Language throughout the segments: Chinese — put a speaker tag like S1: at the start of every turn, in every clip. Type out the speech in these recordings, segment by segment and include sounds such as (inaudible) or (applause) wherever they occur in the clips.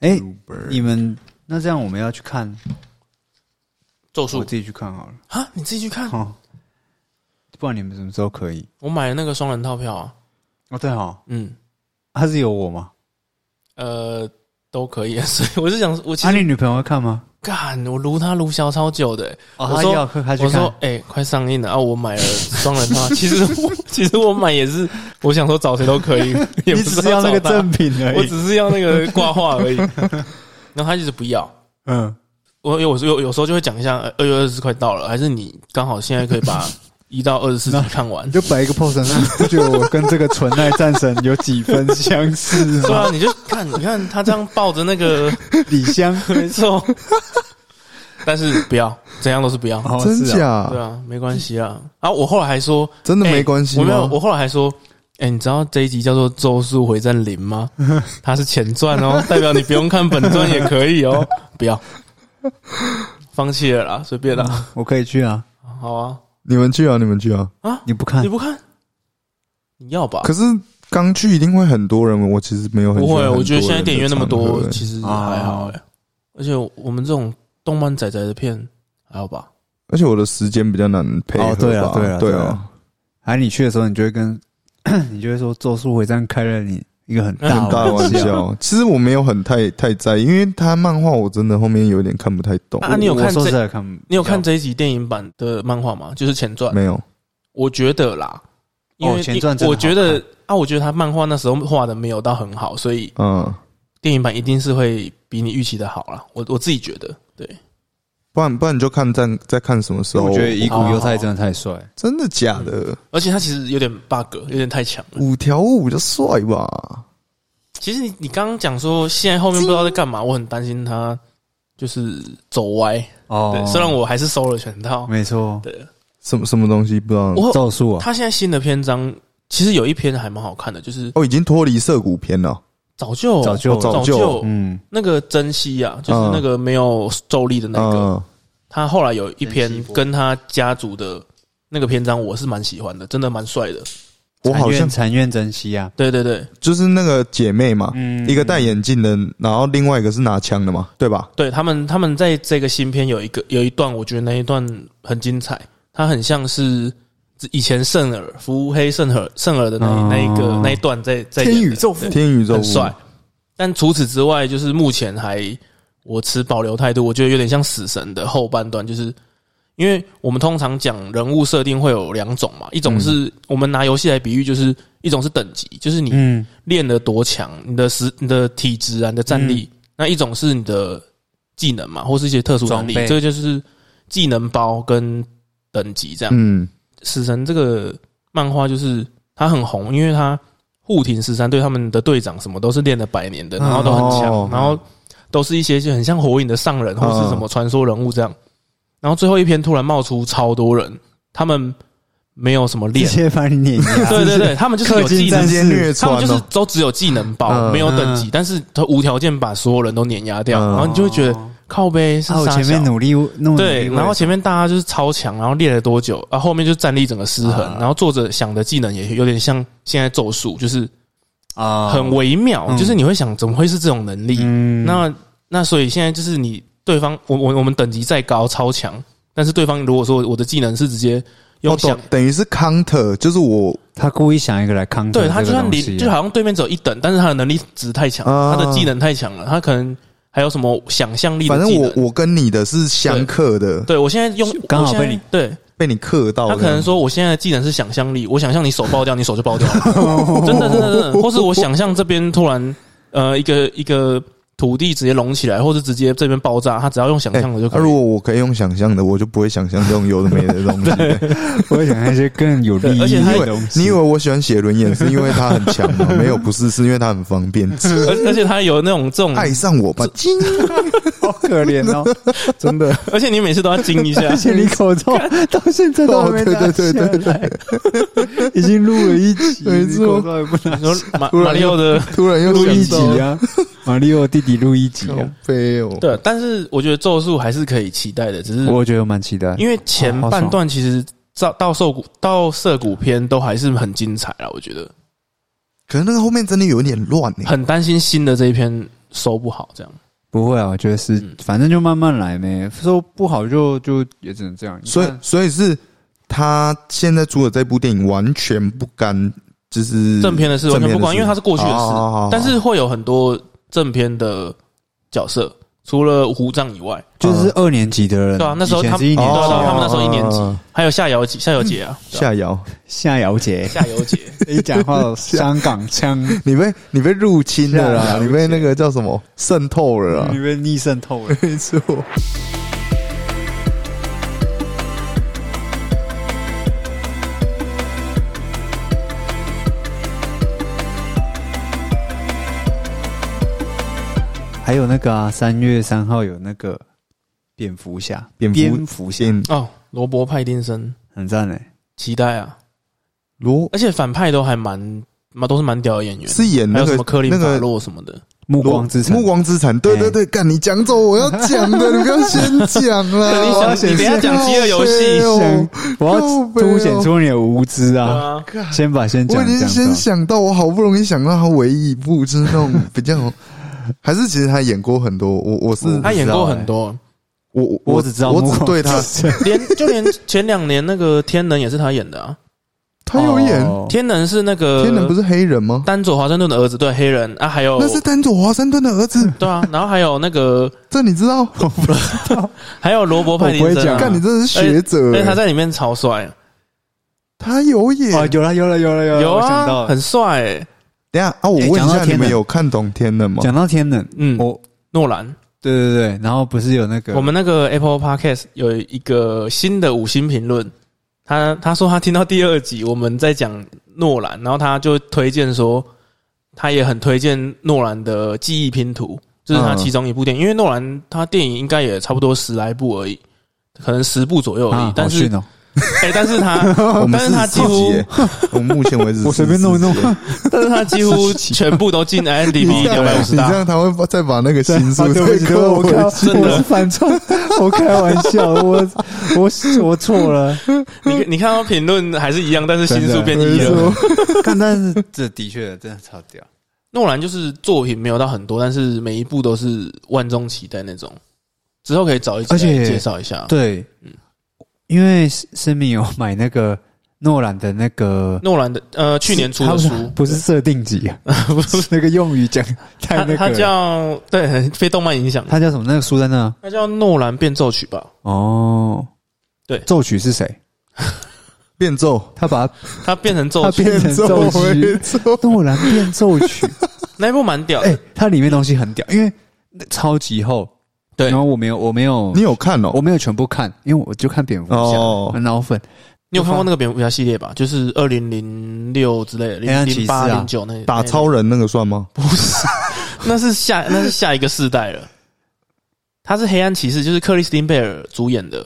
S1: 哎
S2: Bluebird
S1: 你们那这样我们要去看，
S3: 咒
S1: 我
S3: 术
S1: 自己去看好了。
S3: 啊，你自己去看。
S1: 哦，不然你们什么时候可以？
S3: 我买了那个双人套票啊，
S1: 哦，对哦，
S3: 嗯，
S1: 他、是有我吗？
S3: 呃，都可以。 (laughs) 所以我是想，我其
S1: 啊，
S3: 实
S1: 你女朋友会看吗？
S3: 干，我撸他撸小超久的、
S1: 哦，
S3: 我
S1: 他
S3: 说
S1: 要看，他去
S3: 我
S1: 看
S3: 说。，哎、快上映了啊！我买了双人套， (laughs) 其实我其实我买也是，我想说找谁都可
S1: (laughs)
S3: 以，
S1: 你
S3: 也不
S1: 只
S3: 知
S1: 是
S3: 道
S1: 要
S3: 找
S1: 那个
S3: 他
S1: 赠品而
S3: 我
S1: 已。
S3: 只是要那个挂画
S1: (laughs)
S3: 而已。然后他一直不要，
S1: 嗯，
S3: 我有时有有时候就会讲一下，呃二月二十四快到了，还是你刚好现在可以把一到二
S1: (laughs)
S3: 十四集看完
S1: 你。就摆一个 pose，你不觉得我跟这个纯爱战神有几分相似
S3: 对
S1: 吗？
S3: 啊，你就看，你看他这样抱着那个，
S1: (laughs) 李湘，
S3: 没
S2: (laughs)
S3: 错。但是不要，怎样都是不要。
S1: (laughs) 哦
S2: 真？
S1: 是啊
S2: 假
S3: 对？啊，没关系啊。然后我后来还说，
S2: 真的
S3: 哎
S2: 没关系
S3: 我
S2: 吗？
S3: 没有，我后来还说，哎、你知道这一集叫做《咒术回战零》
S2: (laughs)
S3: 吗？它是前传哦，代表你不用看本传也可以
S2: (laughs)
S3: 哦。不要，放弃了啦，随便啦。
S1: 我可以去啊，
S3: 好啊，
S2: 你们去啊，你们去啊！
S1: 你不看
S3: 你？不看，你要吧？
S2: 可是刚去一定会很多人，我其实没有很
S3: 不
S2: 喜欢
S3: 会，啊
S2: 很多
S3: 我觉得现在
S2: 人的
S3: 电影院那么
S2: 场合
S3: 多，
S2: 欸
S3: 其实还好哎、而且我们这种动漫仔仔的片，还好吧？
S2: 而且我的时间比较难配合
S1: 哦，
S2: 吧。
S1: 对啊，对
S2: 对
S1: 啊，啊。还你去的时候，你就会跟， (coughs) 你就会说《咒术回战》开了你一个很大
S2: 很大的玩。笑。其实我没有很太太在意，因为他漫画我真的后面有点看不太懂。
S3: 啊你有看
S1: 我说
S3: 这
S1: 实在看，
S3: 你有看？这一集电影版的漫画吗？就是前传。
S2: 没有，
S3: 我觉得啦，因为
S1: 哦前传真的
S3: 我
S1: 好
S3: 觉得啊，我觉得他漫画那时候画的没有到很好，所以
S2: 嗯，
S3: 电影版一定是会比你预期的好啦。我我自己觉得，对，
S2: 不然不然你就看在在看什么时候。啊
S1: 我觉得伊
S3: 一
S1: 谷优太真的太帅，
S2: 真的假的？
S3: 而且他其实有点 bug，有点太强
S1: 嗯
S3: 了。
S2: 五条悟比较帅吧？
S3: 其实你你刚刚讲说现在后面不知道在干
S1: 嗯
S3: 嘛，我很担心他就是走歪。
S1: 哦嗯
S3: 对，虽然我还是收了全套，
S1: 没错，
S3: 对，
S2: 什么什么东西不知道？
S3: 我
S1: 咒术啊，
S3: 他现在新的篇章其实有一篇还蛮好看的，就是
S2: 哦，已经脱离涩谷篇了。
S3: 早就
S1: 早就
S2: 早
S3: 早
S2: 就
S3: 就
S1: 嗯，
S3: 那个珍惜啊，就是
S2: 嗯
S3: 那个没有咒力的那个。
S2: 嗯，
S3: 他后来有一
S1: 珍
S3: 篇
S1: 惜波
S3: 跟他家族的那个篇章，我是蛮喜欢的，真的蛮帅的。
S2: 我好像
S1: 残愿珍惜啊，
S3: 对对对
S2: 就是那个姐妹嘛，
S1: 嗯
S2: 一个戴眼镜的，然后另外一个是拿枪的嘛，对吧？
S3: 对，他们他们在这个新篇有一个有一段，我觉得那一段很精彩，它很像是以前圣尔福黑圣尔圣尔的那一、
S1: 哦
S3: 那一个那一段在在演
S2: 天
S3: 的
S2: 宇宙
S3: 对
S2: 天宇宙
S3: 很帅。但除此之外，就是目前还我持保留态度，我觉得有点像死神的后半段，就是因为我们通常讲人物设定会有两种嘛，一
S1: 嗯
S3: 种是我们拿游戏来比喻，就是一种是等级，就是你
S1: 嗯，
S3: 练得多强，你的实你的体质啊，你的战力，
S1: 嗯
S3: 那一种是你的技能嘛，或是一些特殊能力，
S1: 装备
S3: 这个就是技能包跟等级这样。
S2: 嗯，
S3: 死神这个漫画就是它很红，因为它护庭十三队他们的队长什么都是练了百年的，然后都很强，
S2: 哦
S3: 然后都是一些就很像火影的上人或是什么传说人物这样。然后最后一篇突然冒出超多人，他们没有什么
S1: 直 (laughs)
S3: 练，
S1: 接把你碾压，
S3: 啊 (laughs) 对对对，他们就是有
S1: 氪金
S3: 技能
S2: 直
S1: 战，
S2: 接虐
S3: (laughs) 他们
S2: 穿
S3: 就是
S2: 哦。
S3: 都只有技能包，
S2: 嗯
S3: 没有等级，但是他无条件把所有人都碾压掉，
S2: 嗯
S3: 然后你就会觉得
S1: 哦
S3: 靠背是
S1: 啊，我
S3: 傻
S1: 前面
S3: 小。
S1: 努力弄
S3: 对，然后前面大家就是超强，然后练了多久，啊，后面就战力整个失衡
S1: 啊，
S3: 然后作者想的技能也有点像现在咒术，就是
S1: 啊
S3: 很微妙，
S1: 嗯
S3: 就是你会想怎么会是这种能力？
S1: 嗯
S3: 那那所以现在就是你对方，我我我们等级再高超强，但是对方如果说我的技能是直接
S2: 我
S3: 用
S1: 哦
S3: 想
S2: 哦懂，等于是 counter，就是我
S1: 他故意想一个啊来抗
S3: 对他就算
S1: 零
S3: 零，就好像对面只有一等，但是他的能力值太强，
S2: 啊
S3: 他的技能太强了，他可能还有什么想象力
S2: 反
S3: 的
S2: 正
S3: 技
S2: 我
S3: 能。
S2: 我跟你的是相克的，
S3: 对我现在用
S1: 刚好
S3: 我现在
S1: 被你
S3: 对
S2: 被你克到
S3: 他
S2: 的。
S3: 可能说我现在的技能是想象力，我想象你手爆掉，你手就爆掉
S2: (laughs)
S3: 了，真的真的真的，或是我想象这边突然呃一个一个土地直接隆起来，或是直接这边爆炸，他只要用想
S2: 哎，
S3: 象的就
S2: 那、
S3: 可
S2: 如
S3: 以。
S2: 果我可以用想象的，我就不会想象这种有的没的
S3: (laughs)
S2: 东西。
S1: 我会想一些更有利益
S3: 对而且他
S1: 的
S2: 因为
S1: 东西。
S2: 你以为我喜欢写轮眼是因为它很强
S3: (laughs)
S2: 吗？没有，不是，是因为它很方便。
S3: 而而且他有那种这种， (laughs)
S2: 爱上我吧，金
S1: 好可怜 (laughs) 哦，
S2: 真的。
S3: 而且你每次都要惊一下
S2: (laughs)
S1: 而，且你口
S3: (laughs)
S1: 罩到现在都还没拿
S2: 哦对对对对
S1: 下来，
S3: (laughs)
S1: 已经录了一集，
S2: 没
S1: 你
S2: 错
S1: 口罩也不拿
S3: 你说马
S2: 突然
S3: 马里奥的
S2: 突然
S3: (laughs)
S2: 又
S1: 录一
S2: 想到
S1: 集，啊，马里奥弟弟录一集
S2: 好
S1: 啊，
S2: 悲哦。
S3: 对，但是我觉得咒术还是可以期待的，只是
S1: 我觉得蛮期待。
S3: 因为前半段其实到到受谷到涉谷篇都还是很精彩啦，我觉得
S2: 可能那个后面真的有点乱呢、欸
S3: 很担心新的这一篇收不好这样。
S1: 不会啊，我觉得是
S3: 嗯，
S1: 反正就慢慢来呗。说不好就就也只能这样。你
S2: 所以
S3: 嗯
S1: 看
S2: 所以是他现在出的这部电影完全不干，就是
S3: 正片的事完全不管，因为它是过去的事，
S2: 哦好好好好
S3: 但是会有很多正片的角色，除了胡藏以外，
S1: 就是二年级的人，
S3: 对啊那时候
S1: 以前
S3: 他们
S1: 是一年级
S3: 哦对啊他们那时候一年级
S2: 级
S3: 还有夏瑶姐，夏瑶姐啊，对啊
S2: 哦下摇， (laughs)
S1: 夏瑶
S3: (laughs)
S1: 姐
S3: 夏瑶姐，
S1: 一讲话有香港腔，
S2: 你被你被入侵了
S1: 下
S2: 啦，
S1: 摇
S2: 你被那个叫什么渗透了啦
S3: 嗯
S1: 你，被逆渗透了。
S2: (laughs) 没错。
S1: 还有那个啊，三月三号有那个蝙蝠侠，
S2: 蝙蝠嗯
S1: 蝙蝠侠
S2: 先
S3: 哦，罗伯派丁森，
S1: 很赞欸嘞。
S3: 期待啊！
S2: 罗
S3: 而且反派都还蛮蛮都是蛮屌的演员，
S2: 是演
S3: 还
S2: 那
S3: 有
S2: 个
S3: 什么科林
S2: 那
S3: 法
S2: 个
S3: 洛什么的，
S1: 暮
S2: 罗
S1: 光之城，
S2: 暮光之城，对对对，干你讲走，我要讲的，你不要先讲
S3: (laughs)
S2: 了。
S3: 你想
S2: 我要先
S3: 你等一下讲饥饿游戏
S2: 靠背哦
S1: 我要凸显出你的无知
S3: 对
S1: 啊！
S3: 啊，
S1: 先把先
S2: 我
S1: 讲
S2: 已经
S1: 讲
S2: 先
S1: 到，
S2: 想到，我好不容易想到他唯一一部就是那种比较， (laughs) 还是其实他演过很多，我我是
S1: 嗯
S3: 他演过很多，
S2: 我我
S1: 我只知道
S2: 我
S1: 暮
S2: 只
S1: 光
S2: 对他，
S1: 之城哦
S3: 连就连前两年那个天能也是他演的啊，
S2: 他有演
S1: 哦
S3: 天能是那个
S2: 天能不是黑人吗？
S3: 丹佐华盛顿的儿子，对黑人啊，还有
S2: 那是丹佐华盛顿的儿
S1: (laughs)
S2: 子，
S3: 对啊，然后还有那个
S2: 这你知道？
S3: 还有罗伯派丁
S1: 我不会
S3: 森、
S1: 讲
S3: 啊，
S2: 看你真的是学者欸
S3: 而哎且，他在里面超帅，
S2: 他有
S1: 哦
S2: 演。，
S1: 有了有了有了有了，
S3: 有
S1: 我想到
S3: 啊，
S1: 了
S3: 很帅、欸，
S2: 等一下啊，我
S3: 哎
S2: 问一
S1: 讲
S2: 下，
S1: 到
S2: 你
S1: 天能
S2: 们有看懂天能吗？
S1: 讲到天冷，
S3: 嗯，
S1: 我
S3: 诺兰，
S1: 对对对，啊然后不是有那个
S3: 我们那个 Apple Podcast 有一个新的五星评论，他他说他听到第二集我们在讲诺兰，然后他就推荐说，他也很推荐诺兰的《记忆拼图》，就是他其中一部
S1: 嗯
S3: 电影，因为诺兰他电影应该也差不多十来部而已，可能十部左右而已，
S1: 啊，
S3: 但是
S1: 好逊哦
S3: 哎、但是
S1: (laughs)
S3: 他
S2: 我们
S3: 但是他
S2: 44集耶，欸
S3: (laughs)
S2: 我目前为止
S1: 我随便弄一弄
S2: 44集耶
S3: 但是他几乎全部
S1: (laughs)
S3: 都进 IMDB
S2: 欸你
S1: 啊
S2: 这
S3: 两百
S2: 样
S3: 五十
S2: 你这
S3: 大，
S2: 样他会再把那个
S1: 对
S2: 心
S1: 啊
S2: 数
S1: 对不起，(laughs) 对不起
S2: 再扣
S1: 我
S2: 回
S1: 开
S2: 去。
S3: 真的
S1: 我是反串， (laughs) 我开玩笑，我我我错了，
S3: 你
S1: 嗯
S3: 你看到评论还是一样，但是心数变一
S2: 没
S3: 了。
S2: 错，
S1: 看， (laughs) 但是这的确真的超屌。
S3: 诺兰就是作品没有到很多，但是每一部都是万众期待那种。之后可以找一集
S1: 而且
S3: 来介绍一下。，
S1: 对，
S3: 嗯
S1: 因为申明有买那个诺兰的那个
S3: 诺兰的呃去年出
S1: 他
S3: 的
S1: 不
S3: 书
S1: 是，不是设定集，啊
S3: (laughs) 不是
S1: 那个用语讲太
S3: 他
S1: 那
S3: 他
S1: 个了。
S3: 叫对被动漫影响，
S1: 他叫什么？那个书在那
S3: 他叫诺兰变奏曲吧？
S1: 哦，
S3: 对
S1: 奏曲是谁？
S2: 变奏，
S1: 他把
S3: 他变成奏
S1: 他
S3: 曲，
S1: 变成奏
S2: 没
S1: 曲，
S2: 错，
S1: 诺兰变奏 (laughs) 曲。
S3: 那一部蛮屌的。
S1: 哎、它里面东西很屌，因为超级厚。
S3: 对
S1: 然后我没有，我没有
S2: 你，有看哦
S1: 我？没有全部看，因为我就看蝙蝠
S2: 哦
S1: 侠，很脑粉。
S3: 你有看过那个蝙蝠侠系列吧？就是二零零六之类的，
S1: 黑暗
S3: 零
S1: 骑
S3: 零
S1: 士
S3: 八
S1: 啊
S3: 零九那
S2: 打超人那个算吗？
S3: (laughs) 那是下那是下一个世代了。他是黑暗骑士，就是克里斯汀贝尔主演的，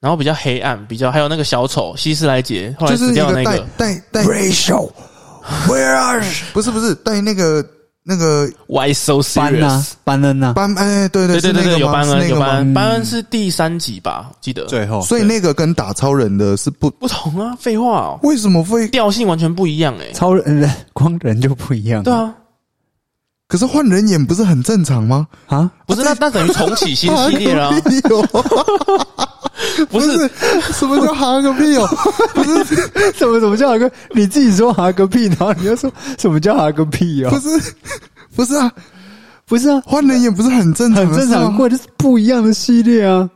S3: 然后比较黑暗，比较还有那个小丑希斯莱杰后来
S2: 就是
S3: 死
S2: 一
S3: 掉的
S2: 个
S3: 那
S2: 戴戴戴 (laughs)
S1: Rachel，Where are
S2: 不是不是戴那个那个
S3: Why so
S1: 班啊
S3: serious？，
S1: 班恩啊，
S2: 班哎对
S3: 对对对
S2: 是那
S3: 对，
S2: 个
S3: 有
S2: 吗
S3: 班
S2: 是
S3: 恩
S2: 那
S3: 有
S2: 个
S3: 班啊
S2: 吗？嗯
S3: 恩，班恩是第三集吧，我啊记得
S1: 最后
S2: 所以那个跟打超人的是不
S3: 不同啊，废话哦，
S2: 为什么会？
S3: 调性完全不一样哎、
S1: 超人人光人就不一样。
S3: 对啊，
S2: 可是换人演不是很正常吗？
S1: 啊，
S3: 不是那那等于重启新系列啦、
S2: 哈 (laughs) 个屁哦！
S3: 不是
S2: 什么叫哈个屁哦？
S1: (laughs) 怎么怎么叫哈个？你自己说哈个屁，然后你又说什么叫哈个屁
S2: 不
S1: 哦？
S2: 是不是啊，
S1: 不是啊，
S2: 换人演不是很正常
S1: 很
S2: 的
S1: 正
S2: 事
S1: 常，
S2: 吗？
S1: 或者是啊不一样的系列啊。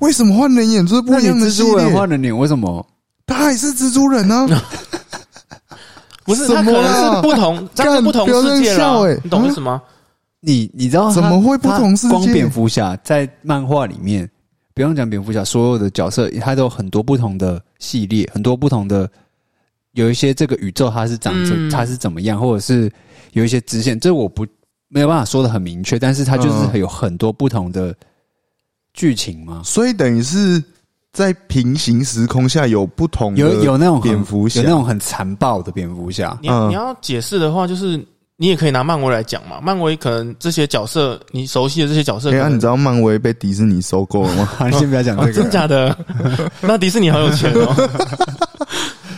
S2: 为什么换人演就是不
S1: 那
S2: 一
S1: 你
S2: 样的
S1: 蜘
S2: 系
S1: 蛛人换
S2: 列？
S1: 了脸，为什么？
S2: 他还是蜘蛛人啊！
S3: 不是，
S2: 什
S3: 它可
S2: 么啊
S3: 能
S2: 啦
S3: 是不同，它是不同
S2: 不要这样
S3: 世界啦
S2: 笑欸，
S3: 你懂
S2: 啊
S3: 意思吗？
S1: 你你知道他
S2: 怎么会不同世界
S1: 他光蝙蝠侠在漫画里面，不用讲蝙蝠侠，所有的角色他都有很多不同的系列，很多不同的，有一些这个宇宙它是长着
S3: 嗯
S1: 它是怎么样，或者是有一些支线，这我不没有办法说的很明确，但是它就是
S2: 嗯
S1: 有很多不同的剧情嘛，
S2: 所以等于是在平行时空下有不同的
S1: 有有那种很
S2: 蝙蝠侠
S1: 有那种很残暴的蝙蝠侠，
S3: 你
S2: 嗯
S3: 你要解释的话，就是你也可以拿漫威来讲嘛。漫威可能这些角色，你熟悉的这些角色可
S2: 哎、
S3: 能，
S2: 啊，你知道漫威被迪士尼收购
S3: (laughs)
S2: 了吗？
S1: 好，你先不要讲
S3: 哦
S1: 这
S3: 真
S1: 个
S3: 的，假
S1: (laughs)
S3: 的？那迪士尼好有钱哦。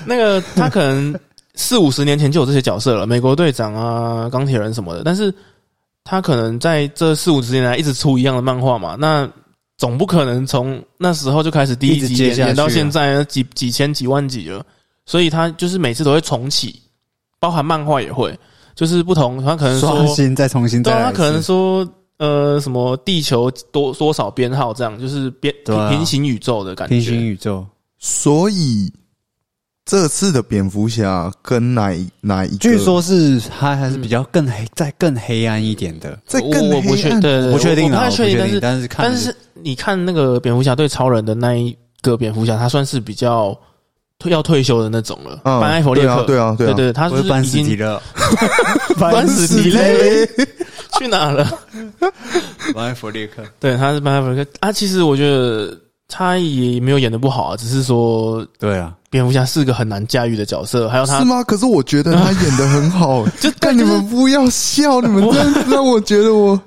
S3: 那个他可能四五十年前就有这些角色了，美国队长啊、钢铁人什么的。但是他可能在这四五十年来一直出一样的漫画嘛，那总不可能从那时候就开始第
S1: 一直
S3: 集
S1: 接
S3: 演
S1: 下去
S3: 演到
S1: 啊
S3: 现在几几千几万集了，所以他就是每次都会重启，包含漫画也会，就是不同，他可能
S1: 刷
S3: 说，
S1: 新再重新
S3: 对
S1: 再来
S3: 啊，
S1: 一
S3: 他
S1: 次，
S3: 可能说呃什么地球多多少编号这样，就是编、
S1: 对啊
S3: 平行宇宙的感
S1: 平行
S3: 觉，
S1: 宇宙
S2: 所以这次的蝙蝠侠跟哪一哪一个？
S1: 据说是它还是比较更黑，再更黑暗一点的，
S2: 在
S3: 我
S2: 更
S3: 哦我不
S2: 黑
S3: 确
S2: 暗，啊
S3: 对对对
S1: 不确定
S3: 呃我
S1: 啦，
S3: 不太
S1: 我
S3: 确定，但是
S1: 但是看
S3: 但是你看那个蝙蝠侠对超人的那一个蝙蝠侠，他算是比较退要退休的那种了。班艾弗列
S2: 对啊
S3: 克，
S2: 对啊，
S3: 对
S2: 啊，
S3: 对，他
S1: 不
S3: 就是
S1: 班
S3: 是已
S1: 史迪
S3: 经 (laughs)
S1: 勒，
S3: 班史迪勒
S1: (laughs)
S2: 勒
S3: 去哪了？ (laughs)
S1: 班弗列克，
S3: 对，他是班艾弗列克啊。其实我觉得他也没有演的不好啊，只是说
S1: 对啊，
S3: 蝙蝠侠是个很难驾驭的角色，还有他
S2: 是吗？啊可是我觉得他演的很
S3: (laughs)
S2: 好，
S3: 就
S2: 但你们不要笑，你们这样子让我觉得
S3: (laughs)
S2: 我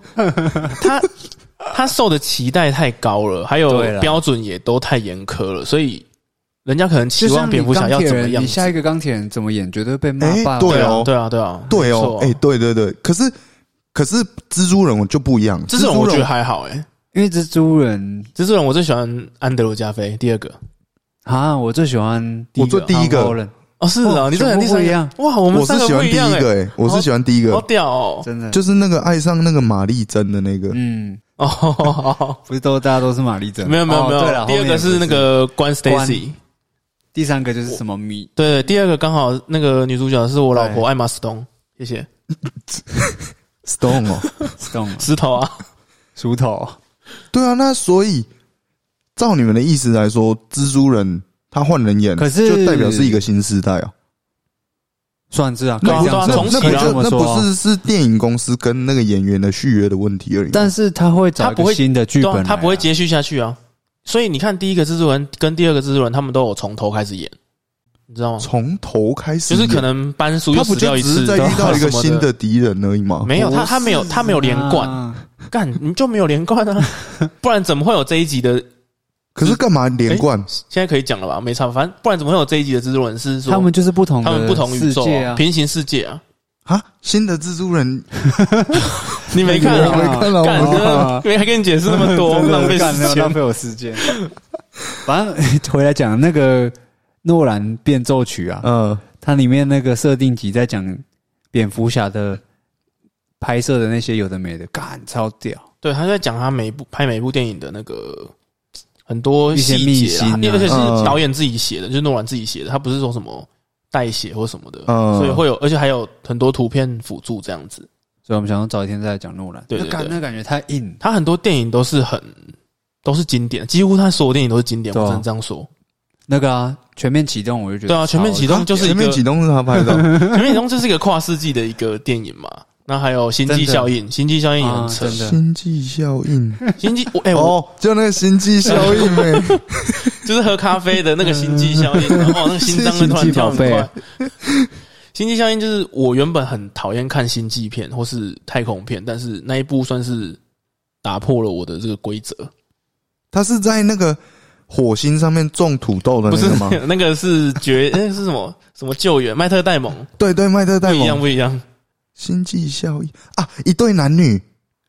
S3: 他 (laughs) 他受的期待太高了，还
S1: 对
S3: 有
S1: 啦
S3: 标准也都太严苛了，所以人家可能期
S1: 就
S3: 望
S1: 像
S3: 蝙蝠侠要怎么样
S1: 你
S3: 子？
S1: 下一个钢铁人怎么演，绝对被骂
S2: 哎
S1: 爆。
S2: 对
S3: 对啊
S2: 哦，
S3: 对啊，对啊，
S2: 对
S3: 没
S2: 哦
S3: 错，
S2: 哎，对对对，可是可是蜘蛛人我就不一样，
S3: 这种我
S2: 蜘蛛
S3: 觉
S2: 人
S3: 得还好哎、
S1: 因为蜘蛛人
S3: 蜘蛛人我最喜欢安德鲁加菲，第二个
S1: 啊，我最喜欢
S2: 我做第一个
S1: Tom Holland，
S3: 哦是啊，
S1: 哦
S3: 你这人
S1: 全部
S3: 第三
S1: 不
S3: 个
S1: 一样
S3: 哇，我们
S2: 我
S3: 三
S2: 是喜
S3: 不
S2: 欢第
S3: 一样
S2: 一
S3: 哎、
S2: 个，哎，我是喜欢第一
S3: 好
S2: 个，
S1: (laughs)
S3: 屌哦
S1: 真的
S2: 就是那个爱上那个玛丽珍的那个，
S1: 嗯，
S3: 哦好好好好
S1: 不是都大家都是玛丽珍，
S3: 没有没有
S1: 哦
S3: 没
S1: 对了
S3: 有，，第二
S1: 后面
S3: 个是那个关
S1: 关
S3: Stacy，
S1: 第三个就是什么米，
S3: 对对，第二个刚好那个女主角是我老婆艾玛斯通，谢谢
S1: Stone 哦，Stone 哦
S3: 石头啊，
S1: 薯头，
S2: 对啊，那所以照你们的意思来说，蜘蛛人他换人演，
S1: 可是
S2: 就代表是一个新时代哦。
S1: 算是啊，可
S3: 对
S1: 以这样
S3: 啊
S1: 说
S3: 重启
S2: 那
S3: 啊
S2: 不
S1: 可以这
S2: 就
S1: 么
S2: 那
S1: 说
S2: 不
S1: 啊。
S2: 是是电影公司跟那个演员的续约的问题而已吗。
S1: 但是他会找
S3: 他
S1: 一
S3: 不
S1: 个
S3: 会
S1: 新的剧
S3: 对
S1: 本来
S3: 啊，
S1: 啊，
S3: 她不会接续下去啊，所以你看第一个蜘蛛人跟第二个蜘蛛人他们都有从头开始演，你知道吗？
S2: 从头开始
S3: 哦就
S2: 演，
S3: 是可能班叔
S2: 他
S3: 又
S2: 不
S3: 死
S2: 就
S3: 掉一
S2: 只
S3: 次，
S2: 是在遇到一个
S3: 什么
S2: 新的啊敌人而已吗？
S3: (laughs) 没有，
S1: 不
S3: 他他没有他没有连贯，
S1: 啊
S3: 干你就没有连贯
S2: (laughs)
S3: 啊，不然怎么会有这一集的？
S2: 可是干嘛连贯？
S3: 现在可以讲了吧？没差，反正不然怎么会有这一集的蜘蛛人是说
S1: 他们就是不同的
S3: 他们不同宇
S1: 世
S3: 宙、
S1: 界
S3: (laughs)
S1: 啊，
S3: 平行世界啊？
S2: 啊，新的蜘蛛人
S3: 你没看
S1: 我
S2: 我
S1: 没
S2: 没
S1: 看
S3: 啊？
S2: 看
S1: 啊
S2: 到，
S3: 干
S1: 我没看
S3: 哥
S1: 啊，
S3: 没还跟你解释那么
S2: (laughs)
S3: 多，
S1: 真的
S3: 浪
S1: (laughs)
S3: 费
S1: 干
S3: 时
S1: 浪
S3: 间。
S1: 费我时间。反正回来讲那个诺兰变奏曲啊，
S2: 嗯，
S1: 它里面那个设定集在讲蝙蝠侠的拍摄的那些有的没的，干超屌。
S3: 对，他在讲他每一部拍每一部电影的那个很多细
S1: 一些秘
S3: 节
S1: 辛
S3: 啊
S1: 啊，
S3: 而且是
S2: 嗯
S3: 导演自己写的，就是诺兰自己写的，他不是说什么代写或什么的，
S2: 嗯
S3: 所以会有，而且还有很多图片辅助这样子。
S1: 所以我们想要早一天再来讲诺兰，
S3: 对
S1: 那
S3: 对
S1: 感
S3: 对
S1: 那感觉太硬，
S3: 他很多电影都是很都是经典，几乎他所有电影都是经典，
S1: 对啊
S3: 我只能这样说。
S1: 那个啊，全面启动我就觉得
S3: 对啊，全面启动就是一
S2: 前面
S3: 个
S2: 几栋是他拍的哦，
S3: (laughs) 全面启动就是一个跨世纪的一个电影嘛。那还有《星际
S1: 真的
S3: 效应》，《星际效应》也很
S1: 啊，
S3: 扯，
S1: 真的
S2: 星际效应
S3: 《星际》我 (laughs) 哎、我
S2: 哦，就那个星际效应
S3: (laughs)
S2: 欸呗。
S3: 就是喝咖啡的那个《星际效
S2: (laughs)
S3: 应》，然后那个心脏会突然跳
S1: 星际宝
S3: 很
S1: 贝
S3: 快
S1: 啊。
S3: 星际效应就是我原本很讨厌看星际片或是太空片，但是那一部算是打破了我的这个规则。
S2: 他是在那个火星上面种土豆的
S3: 不
S2: 那
S3: 是
S2: 个
S3: (laughs)
S2: 吗？
S3: 那个是绝，那是什么什么救援？麦特戴蒙
S2: 对对，麦特
S3: 不
S2: 戴
S3: 一样
S2: 蒙
S3: 不一样。
S2: 星际效应啊，一对男女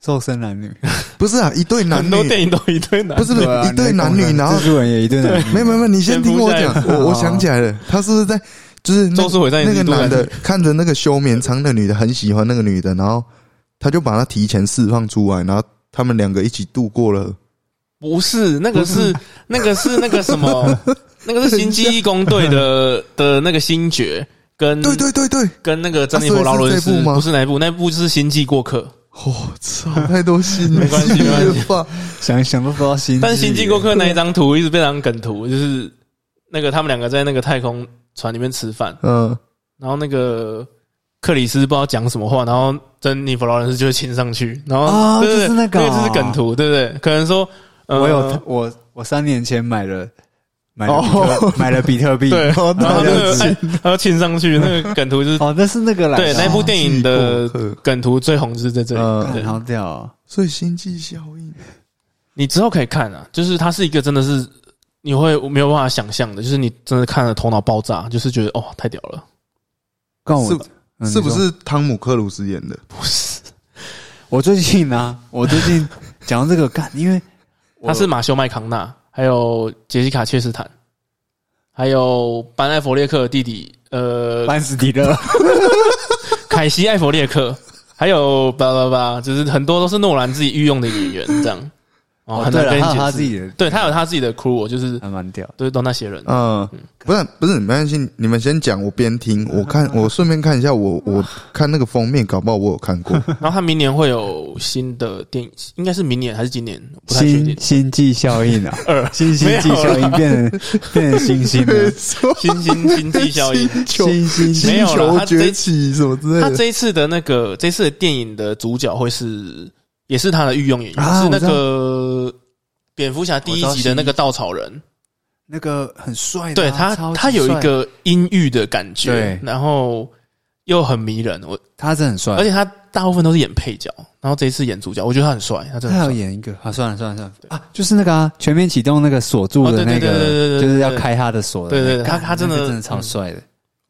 S1: 瘦身男女，
S2: 不是啊，一对男
S3: 很
S2: 女
S3: 多电影都一堆男
S2: 不是不是
S1: 对啊
S2: 一对男女，
S1: 你在讲
S2: 然后
S1: 蜘蛛人也一对男女，
S2: 没有没有没有，你先听我
S3: 蝙
S2: 讲，
S3: 蝠
S1: 侠
S2: 我我想起来了，他是不是在就是那
S3: 咒术回战也
S2: 那
S3: 是
S2: 个
S3: 一度
S2: 男的
S3: 男
S2: 看着那个休眠舱的女的很喜欢那个女的，然后他就把她提前释放出来，然后他们两个一起度过了。
S3: 不是，那个是那个是那个什
S2: (laughs)
S3: 么，那个是星际义工队的的那个星爵跟
S2: 对对对对，
S3: 跟那个珍妮
S2: 啊所以
S3: 佛
S2: 是
S3: 劳伦斯
S2: 这部吗
S3: 不是那一部，那一部就是星际过客。
S2: 我、哦操，太多新
S3: 没关系没关系
S2: 吧？
S1: 想想都不知道心机。
S3: 但是星际过客那一张图一直被当梗图，就是那个他们两个在那个太空船里面吃饭，
S2: 嗯，
S3: 然后那个克里斯不知道讲什么话，然后珍妮佛劳伦斯就会亲上去，然后、
S1: 啊
S3: 对对
S1: 就是那个啊
S3: 对，就是梗图，对不对？可能说、呃、
S1: 我有我我三年前买了买了比特、
S2: (laughs) 哦
S1: 买了比特币，
S3: 对，然后
S2: 哦
S3: 那个
S2: 大家
S3: 哎， (laughs) 然后亲上去那个梗图就
S1: (laughs)
S3: 是
S1: 哦，那是那个来
S3: 对
S1: 的
S3: 那一部电影的
S2: 星际过客
S3: 梗图最红就是在这里。
S2: 嗯
S3: 对
S1: 干好屌哦、
S2: 所以星际效应，
S3: 你之后可以看啊，就是它是一个真的是你会没有办法想象的，就是你真的看了头脑爆炸，就是觉得哦太屌了。
S1: 干我
S2: 是
S1: 嗯
S2: 是不
S1: 你说
S2: 是汤姆克鲁斯演的？
S3: 不是，
S1: 我最近呢、我最近 (laughs) 讲到这个干，因为我
S3: 他是马修麦康纳，还有杰西卡切斯坦，还有班艾弗列克的弟弟，呃，
S1: 班斯迪勒，
S3: 凯西艾弗列克，还有叭叭叭，就是很多都是诺兰自己御用的演员，
S1: (laughs)
S3: 这样。哦，很
S1: 对了，
S3: 难跟你
S1: 还有
S3: 解
S1: 他
S3: 释
S1: 自己的
S3: 对他有他自己的 crew，我就是
S1: 还蛮屌的。
S3: 都是都那些人。
S2: 嗯，不是不是，没关系，你们先讲，我边听，我看，我顺便看一下，我我看那个封面，搞不好我
S1: (laughs)
S2: 有看过。
S3: 然后他明年会有新的电影，应该是明年还是今年？不太确定
S1: 星。星际效应啊，
S3: (laughs) 二
S1: 星星际效应变成变成星啊星了，
S3: 新新新际效应。
S1: (laughs)
S2: 星球
S1: 星星际
S3: 没
S2: 星
S3: 有啦
S2: 球
S3: 他这
S2: 崛起什么之类
S3: 他
S2: 的，
S3: 这一次的那个，这次的电影的主角会是，也是他的御用演员，
S1: 啊
S3: 是那
S1: 我知道
S3: 个蝙蝠侠第一集的那个稻草人。
S1: 那个很帅的
S3: 对
S1: 啊，
S3: 他
S1: 超，级
S3: 他有一
S1: 帅，
S3: 个阴郁的感觉
S1: 对，
S3: 然后又很迷人。我
S1: 他真的很帅，
S3: 而且他大部分都是演配角，然后这一次演主角，我觉得他很帅，他真的
S1: 他
S3: 很
S1: 有
S3: 帅。
S1: 演一个啊，算了算了算了啊，就是那个啊，全面启动那个锁住的
S3: 哦对
S1: 那
S3: 对对对
S1: 个，
S3: 对对
S1: 就是要
S3: 对对
S1: 开他的锁的那
S3: 对
S1: 个，
S3: 对对他
S1: 干
S3: 他真的嗯
S1: 那个真的超帅的，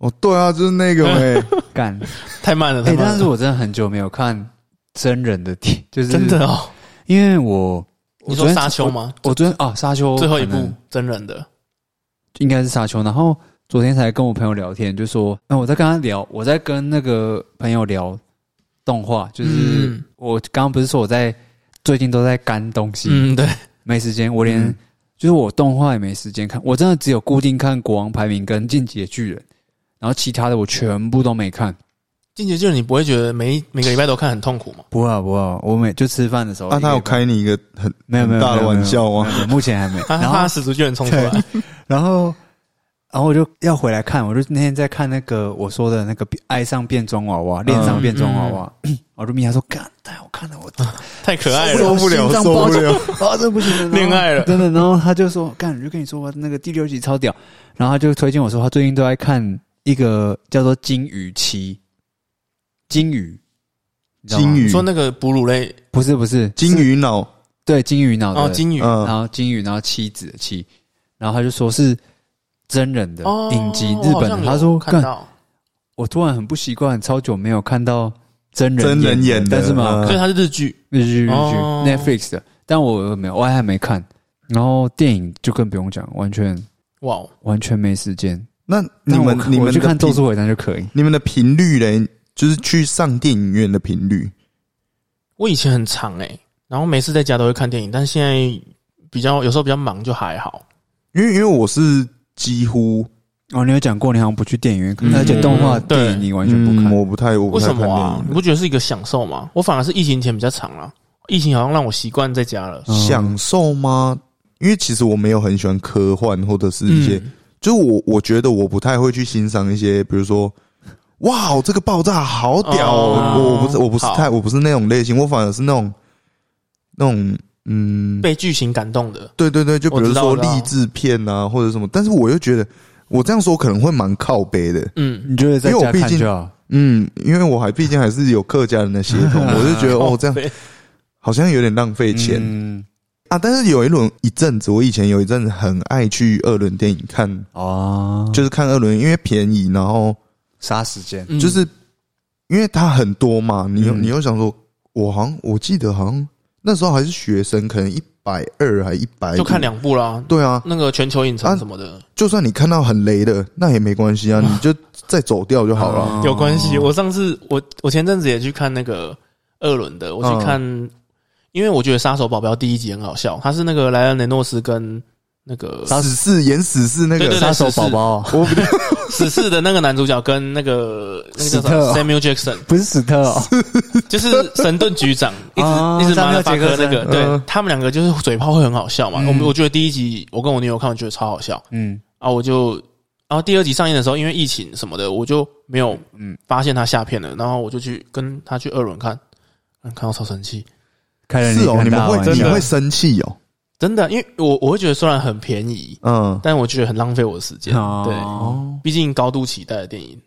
S2: 哦，对啊，就是那个
S1: (laughs)
S2: 哎，
S1: 干
S3: 太慢了，
S1: 哎
S3: 太，慢
S1: 但是
S3: 了，
S1: 我真的很久没有看真人的电，就是
S3: 真的，哦。
S1: 因为我
S3: 你
S1: 我昨
S3: 说
S1: 天
S3: 沙丘？吗？
S1: 我我昨天啊，沙丘
S3: 最后一
S1: 可能
S3: 部真人的，
S1: 应该是沙丘。然后昨天才跟我朋友聊天，就说，哎那、我在跟他聊，我在跟那个朋友聊动画，就是、
S3: 嗯
S1: 我刚刚不是说我在最近都在干东西，
S3: 嗯，对，
S1: 没时间，我连、
S2: 嗯
S1: 就是我动画也没时间看，我真的只有固定看《国王排名》跟《进击的巨人》，然后其他的我全部都没看。
S3: 进阶就是你不会觉得每一每个礼拜都看很痛苦吗？
S1: 不会啊不会啊，我每就吃饭的
S3: 哦
S1: 时候，
S2: 啊，他有开你一个很
S1: 没有没有
S2: 很大
S1: 没
S2: 的
S1: 有
S2: 玩笑啊
S1: 没
S2: 吗？
S1: 有没有目前还
S2: (laughs)
S1: 没。
S3: 他
S1: 然后
S3: 他始足巨人冲出来，
S1: 然后，然后我就要回来看，我就那天在看那个我说的那个变爱上变装娃娃，恋上变装娃娃，我就咪他说干太好看了，我
S3: 太可爱了。
S2: 受不了，受不了，
S1: 啊这不行了，然后
S3: 恋爱了
S1: 真的。然后他就说干，我就跟你说吧，那个第六集超屌，然后他就推荐我说他最近都在看一个叫做《金鱼期》，金鱼，你知道吗
S2: 金鱼
S3: 说那个哺乳类
S1: 不是不是
S2: 金
S1: 是
S2: 鱼脑，
S1: 对金鱼脑
S3: 哦，
S1: 的
S3: 金鱼
S1: 然
S2: 嗯，
S1: 后金鱼，然后妻子的妻，然后他就说是真人的
S3: 哦，
S1: 影集，
S3: 我
S1: 日
S3: 好
S1: 本
S3: 像
S1: 的。
S3: 有
S1: 他说
S3: 看
S1: 干，
S2: 嗯
S3: 到，
S1: 我突然很不习惯，超久没有看到真人
S2: 真人演的嗯
S1: 但是嘛，
S3: 所以
S1: 看
S3: 它是日剧，
S1: 日剧日剧
S3: 哦
S1: Netflix 的，但我没有，我还没看。然后电影就更不用讲，完全
S3: 哇哦，
S1: 完全没时间。
S2: 那你
S1: 但我
S2: 们你
S1: 我
S2: 们
S1: 去
S2: 的
S1: 看《咒
S2: 频
S1: 术回战》就可以。
S2: 你们的频率嘞，就是去上电影院的频率，
S3: 我以前很长哎、然后每次在家都会看电影，但现在比较有时候比较忙就还好。
S2: 因为因为我是几乎
S1: 哦，你有讲过你好像不去电影院看，
S2: 嗯
S1: 而且动画
S3: 对
S1: 电影你完全不
S2: 嗯
S1: 看。
S2: 我不太我
S3: 为
S2: 不太
S3: 什
S2: 看
S3: 么
S2: 电
S3: 啊？你
S2: 影，
S3: 不觉得是一个享受吗？我反而是疫情前比较长啦，疫情好像让我习惯在家了。
S1: 嗯
S2: 享受吗？因为其实我没有很喜欢科幻或者是一些，
S3: 嗯
S2: 就是我我觉得我不太会去欣赏一些，比如说。哇，这个爆炸好屌、哦！
S3: 哦
S2: 我我不是我不是
S3: 好
S2: 太我不是那种类型，我反而是那种那种嗯，
S3: 被剧情感动的，
S2: 对对对，就比
S3: 我知
S2: 如
S3: 道
S2: 说
S3: 我知道
S2: 励志片啊或者什么，但是我又觉得我这样说可能会蛮靠背的，
S3: 嗯，
S1: 你觉得在
S2: 因为我
S1: 家
S2: 毕
S1: 看
S2: 竟
S1: 就好？
S2: 嗯，因为我还毕竟还是有客家人的血
S3: (laughs)
S2: 统，我就觉得哦，这样
S3: 对
S2: 好像有点浪费钱、
S1: 嗯
S2: 啊。但是有一轮一阵子，我以前有一阵子很爱去二轮电影
S3: 嗯
S2: 看，
S1: 哦，
S2: 就是看二轮，因为便宜，然后
S1: 杀时间。
S3: 嗯
S2: 就是、因为它很多嘛，你又
S1: 嗯
S2: 你又想说，我好像我记得好像那时候还是学生，可能一百二还一百，
S3: 就看两部啦。
S2: 对啊，
S3: 那个全球影
S2: 啊
S3: 城什么的、
S2: 就算你看到很雷的，那也没关系啊，你就再走掉就好了。
S1: 哦
S3: 有关系。我上次我我前阵子也去看那个二轮的，我
S1: 嗯
S3: 去看，因为我觉得《杀手保镖》第一集很好笑，他是那个莱恩雷诺斯跟那个
S2: 死侍演死侍那
S3: 啊对
S2: 个
S3: 对
S1: 杀手宝宝
S2: 我不
S3: 死侍的那个男主角跟那个那个叫
S1: 史
S3: 什么
S1: 特哦
S3: Samuel Jackson，
S1: 不是史特哦，
S3: 就是神盾局长，一
S1: 啊
S3: 直一直马
S1: 萨缪
S3: 尔
S1: 尔
S3: 法
S1: 杰
S3: 克
S1: 克森
S3: 那个，对
S2: 嗯
S3: 他们两个就是嘴炮会很好笑嘛。我们我觉得第一集我跟我女友看，我觉得超好笑
S1: 嗯，
S3: 啊，我就然后第二集上映的时候，因为疫情什么的，我就没有
S1: 嗯
S3: 发现他下片了，然后我就去跟他去二轮看，嗯看到超生气。
S1: 开了
S2: 是哦，
S1: 很
S2: 你们
S1: 大的玩笑
S2: 会你会生气哦，
S3: 真的，因为我我会觉得虽然很便宜，
S2: 嗯，
S3: 但我觉得很浪费我的时间。对，
S1: 哦，
S3: 毕竟高度期待的电影，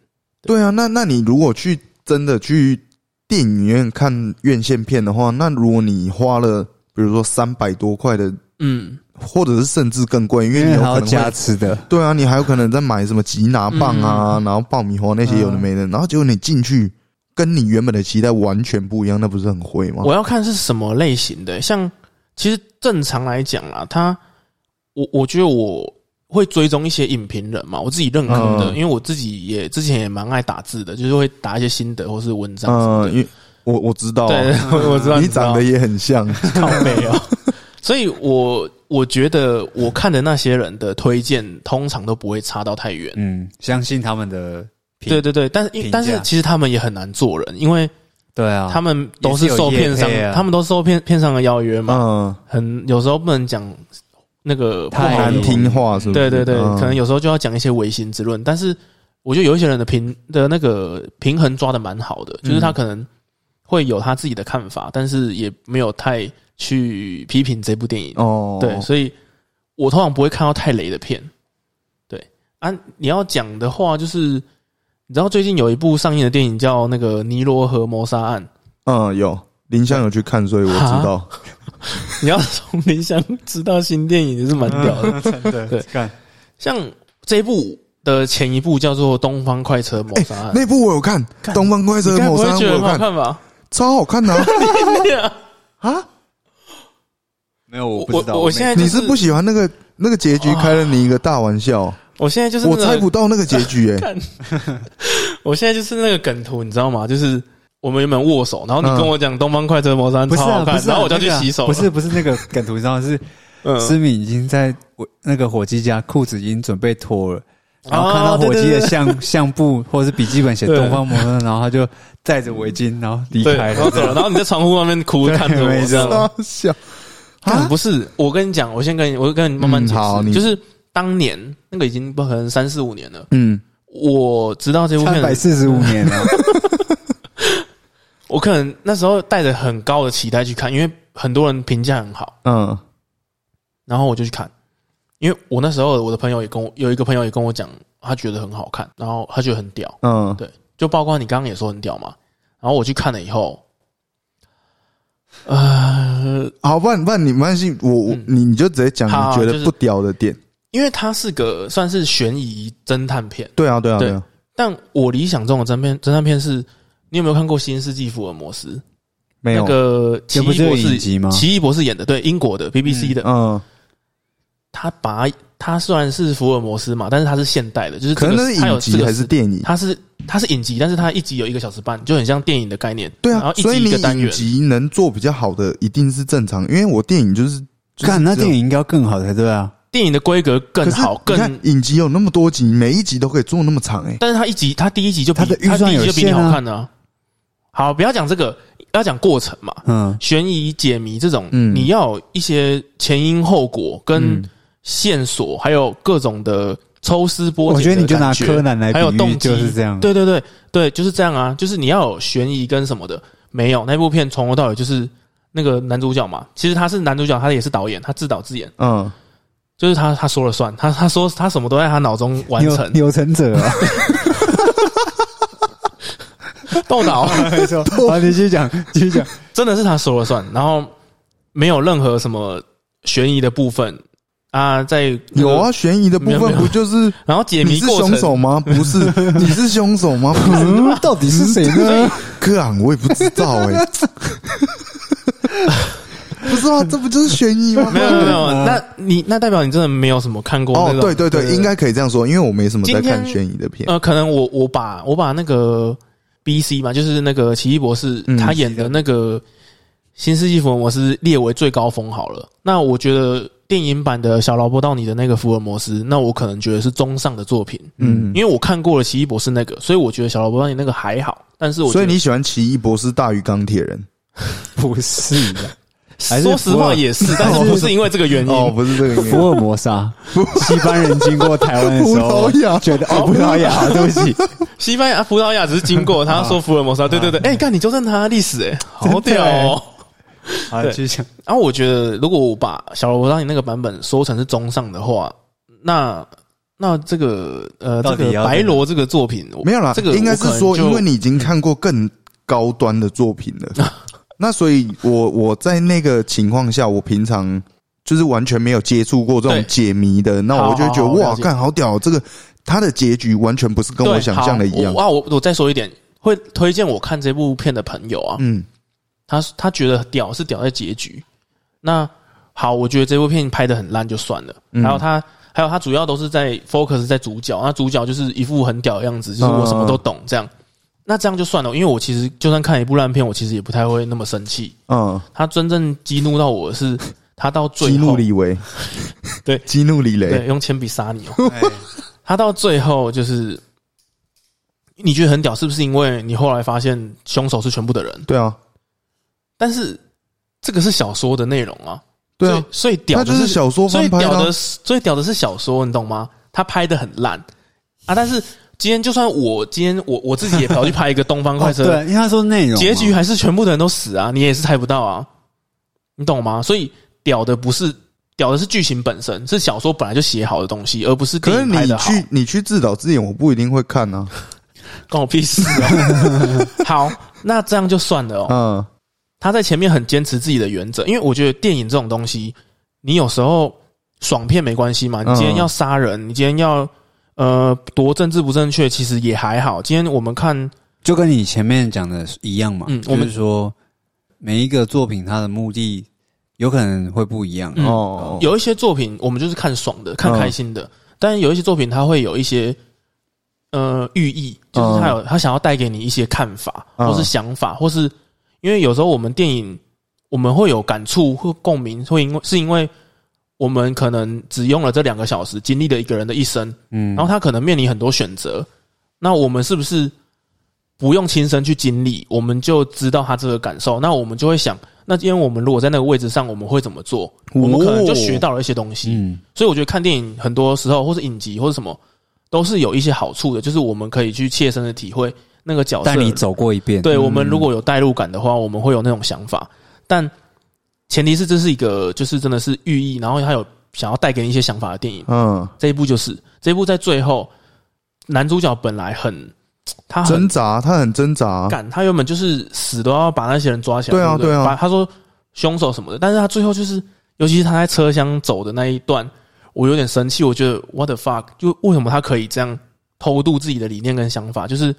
S2: 对啊，那那你如果去真的去电影院看院线片的话，那如果你花了比如说三百多块的，
S3: 嗯，
S2: 或者是甚至更贵，因为
S1: 因
S2: 你
S1: 为
S2: 有
S1: 哎还要
S2: 可能
S1: 加
S2: 会
S1: 吃 (laughs) 的，
S2: 对
S3: 嗯
S2: 啊，你还有可能在买什么吉拿棒啊，然后爆米花那些有的没的，然后结果你进去跟你原本的期待完全不一样，那不是很灰吗？
S3: 我要看是什么类型的、像其实正常来讲啦，他我我觉得我会追踪一些影评人嘛，我自己认可的，
S2: 嗯
S3: 因为我自己也之前也蛮爱打字的，就是会打一些心得或是文章什么
S2: 嗯，
S3: 的。
S2: 因为我我知道啊，
S3: 对，
S1: (laughs)
S3: 我知道
S2: 你
S3: 知道
S2: 长得也很
S3: (laughs)
S2: 像，
S3: 靠背哦。所以我我觉得我看的那些人的推荐，通常都不会差到太远。
S1: 嗯，相信他们的评
S3: 对对对，但是
S1: 评价
S3: 但是其实他们也很难做人，因为
S1: 对啊，
S3: 他们都
S1: 也
S3: 是
S1: 是有
S3: 受片商
S1: 业配，啊
S3: 他们都受片片商的邀约嘛，
S2: 嗯，
S3: 很有时候不能讲那个不
S1: 太
S3: 好
S2: 难
S3: 的
S2: 听话是不是？
S3: 对对对，
S2: 嗯
S3: 可能有时候就要讲一些违心之论，但是我觉得有一些人的平的那个平衡抓的蛮好
S1: 嗯
S3: 的，就是他可能会有他自己的看法，但是也没有太去批评这部电影。
S2: 哦，
S3: 对，所以我通常不会看到太雷的片。对啊，你要讲的话，就是你知道最近有一部上映的电影叫那个《尼罗河谋杀案》，
S2: 嗯，有林香有去看，所以我知道。
S3: 你要从林香知道新电影也是蛮屌
S1: 嗯
S3: 的。
S1: 对
S3: 对
S1: 看
S3: 像这一部的前一部叫做《东方快车谋杀案》，
S2: 那部我有看，《东方快车
S3: 你该不
S2: 谋
S3: 会
S2: 杀案》
S3: 觉
S2: 我
S3: 得
S2: 有
S3: 很好
S2: 看，
S3: 看吧？
S2: 超好看的
S3: (laughs)
S2: 啊啊！
S1: 没有我
S3: 我
S1: 不知道，
S3: 我我现在哎就
S2: 你是不喜欢那个那个结局，开了你一个大玩笑，
S3: 我现在就是
S2: 我
S3: 那
S2: 猜
S3: 个
S2: 不到那个结局哎。
S3: 我现在就是那个梗图，你知道吗？就是我们原本握手，然后你跟我讲《东方快车谋杀案》
S1: 不
S3: 超
S1: 是啊，
S3: 好
S1: 不
S3: 看，
S1: 是啊，
S3: 然后我就要去
S1: 那个啊
S3: 洗手了，
S1: 不是不是那个梗图上是
S3: 嗯
S1: 思敏已经在我那个火鸡家裤子已经准备脱了。然后看到
S3: 哦对
S1: 火
S3: 对
S1: 鸡的
S3: 对
S1: 相相簿或者是笔记本写
S3: 对
S1: 东方摩托，然后他就戴着围巾，然后离
S3: 对，
S1: 开
S3: 然后
S1: 了。
S3: 走了，然后你在窗户外面哭，
S1: 对
S3: 看
S2: (laughs)
S3: 着我
S1: 没
S3: 这
S1: 错
S3: 样。
S2: 大笑
S3: 但
S2: 啊！
S3: 不是，我跟你讲，我先跟你，我跟你慢慢解
S2: 嗯好你
S3: 释，就是当年那个已经不可能三四五年了，
S2: 嗯，
S3: 我知道这部
S1: 三百
S3: 片，
S1: 四十五年了，
S3: 我可能那时候带着很高的期待去看，因为很多人评价很好，
S2: 嗯
S3: 然后我就去看，因为我那时候我的朋友也跟我有一个朋友也跟我讲，他觉得很好看，然后他觉得很屌，
S2: 嗯，
S3: 对，就包括你刚刚也说很屌嘛，然后我去看了以后，呃，
S2: 好，不然不然你没关系，我我
S3: 嗯
S2: 你你就直接讲
S3: 好
S2: 你觉
S3: 就
S2: 得
S3: 是
S2: 不屌的点。
S3: 因为它是个算是悬疑侦探片，
S2: 对啊对啊
S3: 对
S2: 对啊，
S3: 但我理想中的侦片侦探片是，你有没有看过《新世纪福尔摩斯》？
S2: 没
S3: 那
S2: 有
S3: 个奇
S1: 这不
S3: 异
S1: 是
S3: 博
S1: 有影
S3: 士，
S1: 集吗？
S3: 奇异博士演的，对，英国的 BBC 的，
S2: 嗯，
S3: 他把他虽然是福尔摩斯嘛，但是他是现代的，就是这
S2: 可能
S3: 个
S2: 那是
S3: 它有
S2: 影
S3: 这
S2: 集
S3: 个
S2: 还是电影？
S3: 它是它是影集，但是它一集有一个小时半，就很像电影的概念。
S2: 对
S3: 然
S2: 啊
S3: 后，一
S2: 所以
S3: 集一
S2: 你
S3: 个单
S2: 影
S3: 元。
S2: 集能做比较好的，一定是正常，因为我电影就是就是
S1: 看那
S2: 只有
S1: 电影应该要更好才对啊。
S3: 电影的规格更好，
S2: 可是你
S3: 更
S2: 看，影集有那么多集，每一集都可以做那么长、欸，哎，
S3: 但是它一集它第一集就比
S1: 它的预算
S3: 它第一集就比你
S1: 有限啊
S3: 好看呢、好，不要讲这个，要讲过程嘛。
S1: 嗯，
S3: 悬疑解谜这种，
S2: 嗯
S3: 你要有一些前因后果跟
S1: 嗯
S3: 线索，还有各种的抽丝剥茧的感。
S1: 我觉得你就拿柯南来比
S3: 还有动
S1: 喻
S3: 机
S1: 就是这样。
S3: 对对对对，就是这样啊，就是你要有悬疑跟什么的，没有那部片从头到尾就是那个男主角嘛，其实他是男主角，他也是导演，他自导自演，
S2: 嗯，
S3: 就是他他说了算，他他说他什么都在他脑中完
S1: 有
S3: 成，
S1: 有成者
S3: (laughs)
S1: 啊，
S3: 豆导
S1: 没错。 (laughs) 好，你继续讲，继续讲。
S3: (laughs) 真的是他说了算，然后没有任何什么悬疑的部分啊，在那个
S2: 有啊，，悬疑的部
S3: 没有
S2: 分
S3: 没有
S2: 不就是
S3: 然后解
S2: 你
S3: 谜
S2: 是
S3: 过
S2: 凶手
S3: 程，
S2: 吗？不
S3: (laughs)
S2: 是，你是凶手吗？不是，
S1: 嗯，到底是谁呢？
S2: 柯南我也不知道、欸，
S3: (laughs)
S2: 哎，不是啊，这不就是悬疑吗？
S3: 没有没有没有，
S2: (laughs)
S1: 嗯
S3: 那你那代表你真的没有什么看过
S2: 哦
S3: 那，种
S2: 对对对，应该可以这样说，因为我没什么在
S3: 今天
S2: 看悬疑的片。
S3: 呃，可能我我把我把那个 B C 嘛，就是那个奇异博士、
S2: 嗯
S3: 他演的那个《新世纪福尔摩斯》列为最高峰好了。那我觉得电影版的小劳勃道尼的那个福尔摩斯，那我可能觉得是中上的作品，
S2: 嗯，
S3: 因为我看过了奇异博士那个，所以我觉得小劳勃道尼那个还好。但是我觉
S2: 所
S3: 得
S2: 以你喜欢奇异博士大于钢铁人？
S1: (laughs) 不是的，还是
S3: 说实
S1: 福
S3: 话
S1: 尔
S3: 也
S2: (laughs)
S3: 是，但是我不是因为这个原因。
S2: 哦，不是这个原因，
S1: 福尔摩
S3: (laughs)
S1: 沙，西班人经过台湾的时候
S2: 葡萄牙，
S1: 觉得哦，葡萄牙，啊对不起，
S3: 西班牙、葡萄牙只是经过，他说福尔摩斯，对对对，
S2: 嗯
S3: 哎，干你纠正他历史，哎，好
S1: 真的
S3: 屌
S1: 欸
S3: 哦。
S1: 好，
S3: 对
S1: 继续讲。
S3: 然后我觉得，如果我把小罗伯当你那个版本说成是中上的话，那那这个呃，
S1: 到底
S3: 这个
S1: 要
S3: 白罗这个作品我
S2: 没有啦，
S3: 这个
S2: 应该是说，
S3: 我可能就
S2: 因为你已经看过更高端的作品
S3: (laughs)
S2: 了，那所以我我在那个情况下，我平常就是完全没有接触过这种
S3: 对
S2: 解谜的，那我就觉得
S3: 好好好
S2: 哇
S3: 了，解
S2: 看好屌，这个它的结局完全不是跟我
S3: 对
S2: 想象的一样
S3: 好我。啊，我我再说一点，会推荐我看这部片的朋友啊，
S2: 嗯，
S3: 他他觉得屌是屌在结局。那好，我觉得这部片拍的很烂就算了，
S2: 嗯
S3: 还有他还有他主要都是在 focus 在主角，啊那主角就是一副很屌的样子，
S2: 嗯
S3: 就是我什么都懂这样。那这样就算了，因为我其实就算看一部烂片，我其实也不太会那么生气。
S2: 嗯，
S3: 他真正激怒到我的是他到最
S2: 激怒
S3: 后，
S2: 李维，
S3: 对
S2: 激怒李
S3: 对，
S2: 雷，
S3: 用铅笔杀你哦、他到最后就是，你觉得很屌，是不是因为你后来发现凶手是全部的人？
S2: 对啊，
S3: 但是这个是小说的内容啊，
S2: 对啊，
S3: 所以所以
S2: 他
S3: 屌
S2: 就
S3: 的
S2: 是小说
S3: 所
S2: 翻
S3: 以
S2: 拍
S3: 屌
S2: 啊
S3: 的，是最屌的是小说，你懂吗？他拍的很烂啊，但是今天就算我今天我我自己也跑去拍一个《东方快
S1: 哦
S3: 车》
S1: 对，因为他说内容嘛
S3: 结局还是全部的人都死啊，你也是猜不到啊，你懂吗？所以屌的不是屌的是剧情本身，是小说本来就写好的东西，而不是
S2: 可
S3: 电
S2: 是
S3: 影
S2: 你
S3: 拍的好，
S2: 去你去自导自演，我不一定会看啊，
S3: 关我屁事
S2: (laughs)
S3: 啊！好，那这样就算了哦。
S2: 嗯，
S3: 他在前面很坚持自己的原则，因为我觉得电影这种东西，你有时候爽片没关系嘛，你今天
S2: 嗯
S3: 要杀人，你今天要呃多政治不正确，其实也还好。今天我们看
S1: 就跟你前面讲的一样嘛，
S3: 嗯
S1: 就
S3: 我们
S1: 是说每一个作品它的目的有可能会不一样。啊
S3: 嗯
S2: 哦，
S3: 有一些作品，我们就是看爽的，看
S2: 嗯
S3: 开心的，但有一些作品，它会有一些呃寓意，就是它有它想要带给你一些看法，
S2: 嗯
S3: 或是想法，或是因为有时候我们电影我们会有感触或共鸣，会因为是因为我们可能只用了这两个小时，经历了一个人的一生，
S1: 嗯，
S3: 然后他可能面临很多选择，那我们是不是不用亲身去经历，我们就知道他这个感受？那我们就会想，那今天我们如果在那个位置上，我们会怎么做？我们可能就学到了一些东西。
S1: 嗯，
S3: 所以我觉得看电影很多时候，或是影集或者什么，都是有一些好处的，就是我们可以去切身的体会那个角色
S1: 带你走过一遍。
S3: 哦对
S1: 嗯
S3: 我们如果有代入感的话，我们会有那种想法，但前提是这是一个就是真的是寓意，然后它有想要带给你一些想法的电影。
S2: 嗯，
S3: 这一部就是这一部在最后，男主角本来很他很
S2: 挣扎，他很挣扎，
S3: 敢，他原本就是死都要把那些人抓起来，
S2: 啊对啊
S3: 不对
S2: 对啊
S3: 把他说凶手什么的，但是他最后就是，尤其是他在车厢走的那一段，我有点生气，我觉得 what the fuck，就为什么他可以这样偷渡自己的理念跟想法，就是。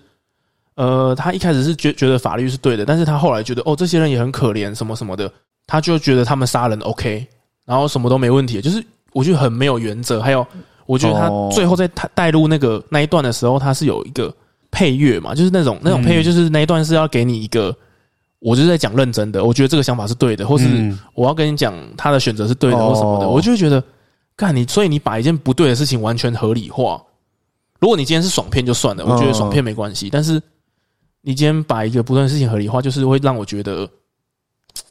S3: 呃，他一开始是觉觉得法律是对的，但是他后来觉得哦，这些人也很可怜，什么什么的，他就觉得他们杀人 OK，然后什么都没问题，就是我觉得很没有原则。还有，我觉得他
S2: 哦
S3: 最后在他带入那个那一段的时候，他是有一个配乐嘛，就是那种那种
S1: 嗯
S3: 配乐，就是那一段是要给你一个，我就是在讲认真的，我觉得这个想法是对的，或是
S1: 嗯
S3: 我要跟你讲他的选择是对的，或什么的，
S2: 哦
S3: 我就会觉得，干你，所以你把一件不对的事情完全合理化。如果你今天是爽片就算了，我觉得
S2: 嗯
S3: 爽片没关系，但是你今天把一个不对的事情合理化，就是会让我觉得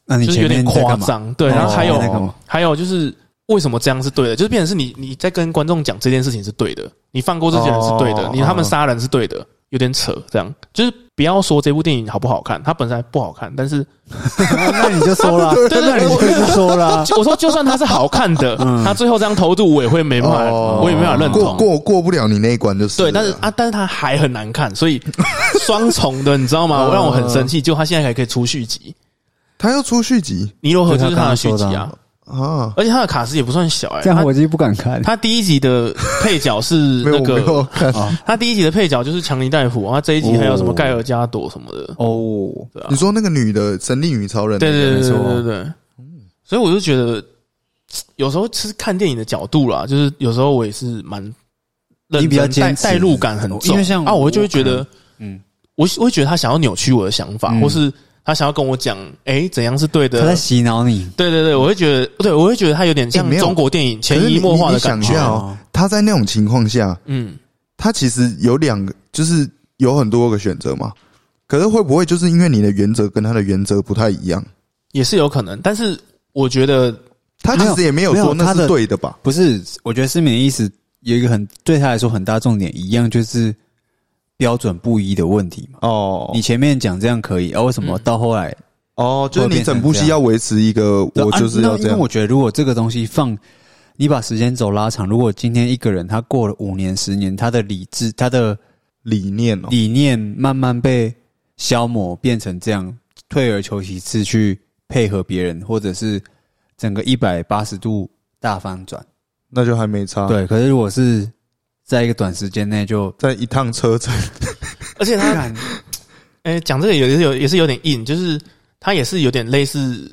S1: 那你
S3: 就是有
S1: 前
S3: 点
S1: 面在
S3: 夸
S1: 干嘛？
S3: 张。对，
S1: 哦
S3: 然后还有、
S1: 在干嘛 (laughs)
S3: 还有就是为什么这样是对的，就是变成是你你在跟观众讲这件事情是对的，你放过这些人是对的，
S2: 哦
S3: 你他们杀人是对的，有点扯。这样就是不要说这部电影好不好看，它本身不好看，但是
S1: 那你就说
S3: (laughs)
S1: 了，那你就是说了。
S3: 我说就算它是好看的，它最后这样投渡我也会没办法，
S2: 哦
S3: 我也没办法认
S2: 过
S3: 同。
S2: 过过不了你那一关就是了，
S3: 对，但是啊，但是它还很难看，所以双重的，你 (laughs) 知道吗？我让我很生气，就它现在还可以出续集，
S2: 他要出续集
S3: 《尼罗河》就
S1: 对
S3: 是
S1: 他
S3: 它
S1: 刚
S3: 的
S1: 刚
S3: 续
S1: 说
S3: 集
S1: 的啊
S3: 啊，
S2: 啊，
S3: 而且它的卡司也不算小哎、
S1: 这
S3: 它
S1: 样我就不敢看。
S3: 他第一集的配角是
S2: 没
S3: 那
S2: 有没有
S3: 个，
S2: 看
S3: 他第一集的配角就是强尼戴普，他这一集还有什么盖尔加朵什么的，
S1: 哦，
S3: 对啊
S2: 你，说那个女的神力女超人，
S3: 对对对
S1: 没
S3: 对
S1: 错嗯
S3: 对对对，所以我就觉得有时候其实看电影的角度啦，就是有时候我也是蛮认真
S1: 你比较坚
S3: 带
S1: 持
S3: 代入感很重，
S1: 因为像
S3: 啊，我就会
S1: 我可
S3: 觉
S1: 能
S3: 得，
S1: 嗯，
S3: 我我会觉得他想要扭曲我的想法，
S1: 嗯
S3: 或是他想要跟我讲，哎，怎样是对
S1: 他
S3: 的
S1: 在。洗脑你。
S3: 对对对，我会觉得，对我会觉得他有点
S2: 诶
S3: 像
S2: 没有
S3: 中国电影
S2: 可
S3: 潜
S2: 是你
S3: 移默化
S2: 你
S3: 的
S2: 你
S3: 感
S2: 想一
S3: 觉。
S2: 下哦，他在那种情况下，
S3: 嗯，
S2: 他其实有两个，就是有很多个选择嘛。可是会不会就是因为你的原则跟他的原则不太一样？
S3: 也是有可能，但是我觉得
S2: 他其实也没有
S1: 没有
S2: 说那
S1: 他
S2: 是
S1: 的
S2: 对的吧？
S1: 不是，我觉得失眠意思有一个很对他来说很大重点，一样就是标准不一的问题嘛。
S2: 哦
S1: 你前面讲这样可以，啊，为什么
S3: 嗯
S1: 到后来？
S2: 哦，就
S1: 会
S2: 是你
S1: 变成
S2: 整部戏
S1: 这
S2: 要
S1: 样
S2: 维持一个，
S1: 对
S2: 我就是
S1: 啊
S2: 要
S1: 那
S2: 这
S1: 因为
S2: 样
S1: 我觉得，如果这个东西放，你把时间轴拉长，如果今天一个人他过了五年、十年，他的理智、他的
S2: 理念哦。
S1: 理念慢慢被消磨，变成这样，退而求其次去配合别人，或者是整个一百八十度大翻转。
S2: 那就还没差。，
S1: 对，可是如果是在一个短时间内就
S2: 在一趟车程，
S3: 而且他
S1: (laughs) 干
S3: 哎，讲这个有也是有也是有点硬，就是它也是有点类似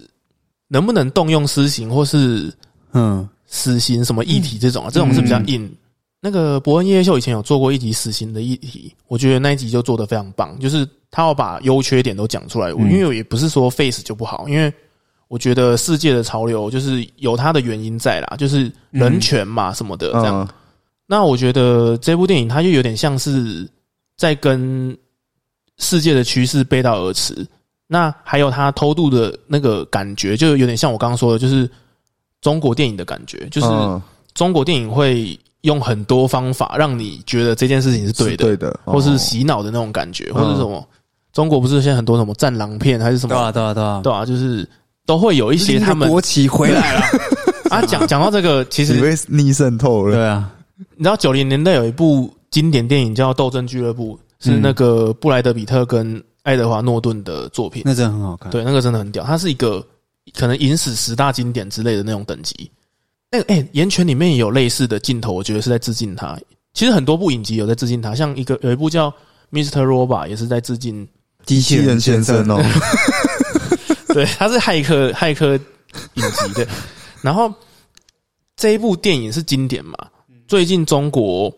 S3: 能不能动用私刑或是
S1: 嗯，
S3: 死刑什么议
S2: 嗯
S3: 题这种啊，这种是比较硬。那个伯恩夜夜秀以前有做过一集死刑的议题，我觉得那一集就做得非常棒，就是他要把优缺点都讲出来。我
S1: 嗯
S3: 因为我也不是说 face 就不好，因为我觉得世界的潮流就是有它的原因在啦，就是人权嘛什么的这样。
S2: 嗯
S3: 那我觉得这部电影它就有点像是在跟世界的趋势背道而驰。那还有它偷渡的那个感觉，就有点像我刚刚说的，就是中国电影的感觉，就是
S2: 嗯
S3: 中国电影会用很多方法让你觉得这件事情是对
S2: 是
S3: 的，
S2: 对的，
S3: 或是
S2: 哦
S3: 洗脑的那种感觉，
S2: 嗯
S3: 或是什么。中国不是现在很多什么战狼片还是什
S1: 对
S3: 么，
S1: 啊，对啊，对啊，
S3: 对啊，就是都会有一些
S1: 拎着
S3: 他们
S1: 国旗回来了，
S3: 啊讲讲到这个，其实
S2: 你被逆渗透了。
S1: 对啊，
S3: 你知道九零年代有一部经典电影叫《斗争俱乐部》，是那个布莱德比特跟爱德华诺顿的作品。
S1: 那真的很好看。
S3: 对，那个真的很屌，它是一个可能影史十大经典之类的那种等级。那个哎，岩泉里面也有类似的镜头，我觉得是在致敬他。其实很多部影集有在致敬他，像一个有一部叫《Mr. Robot》，也是在致敬，
S1: 机器
S2: 机器人先生哦，
S3: 对，他是骇客骇客影集的。然后这一部电影是经典嘛？最近中国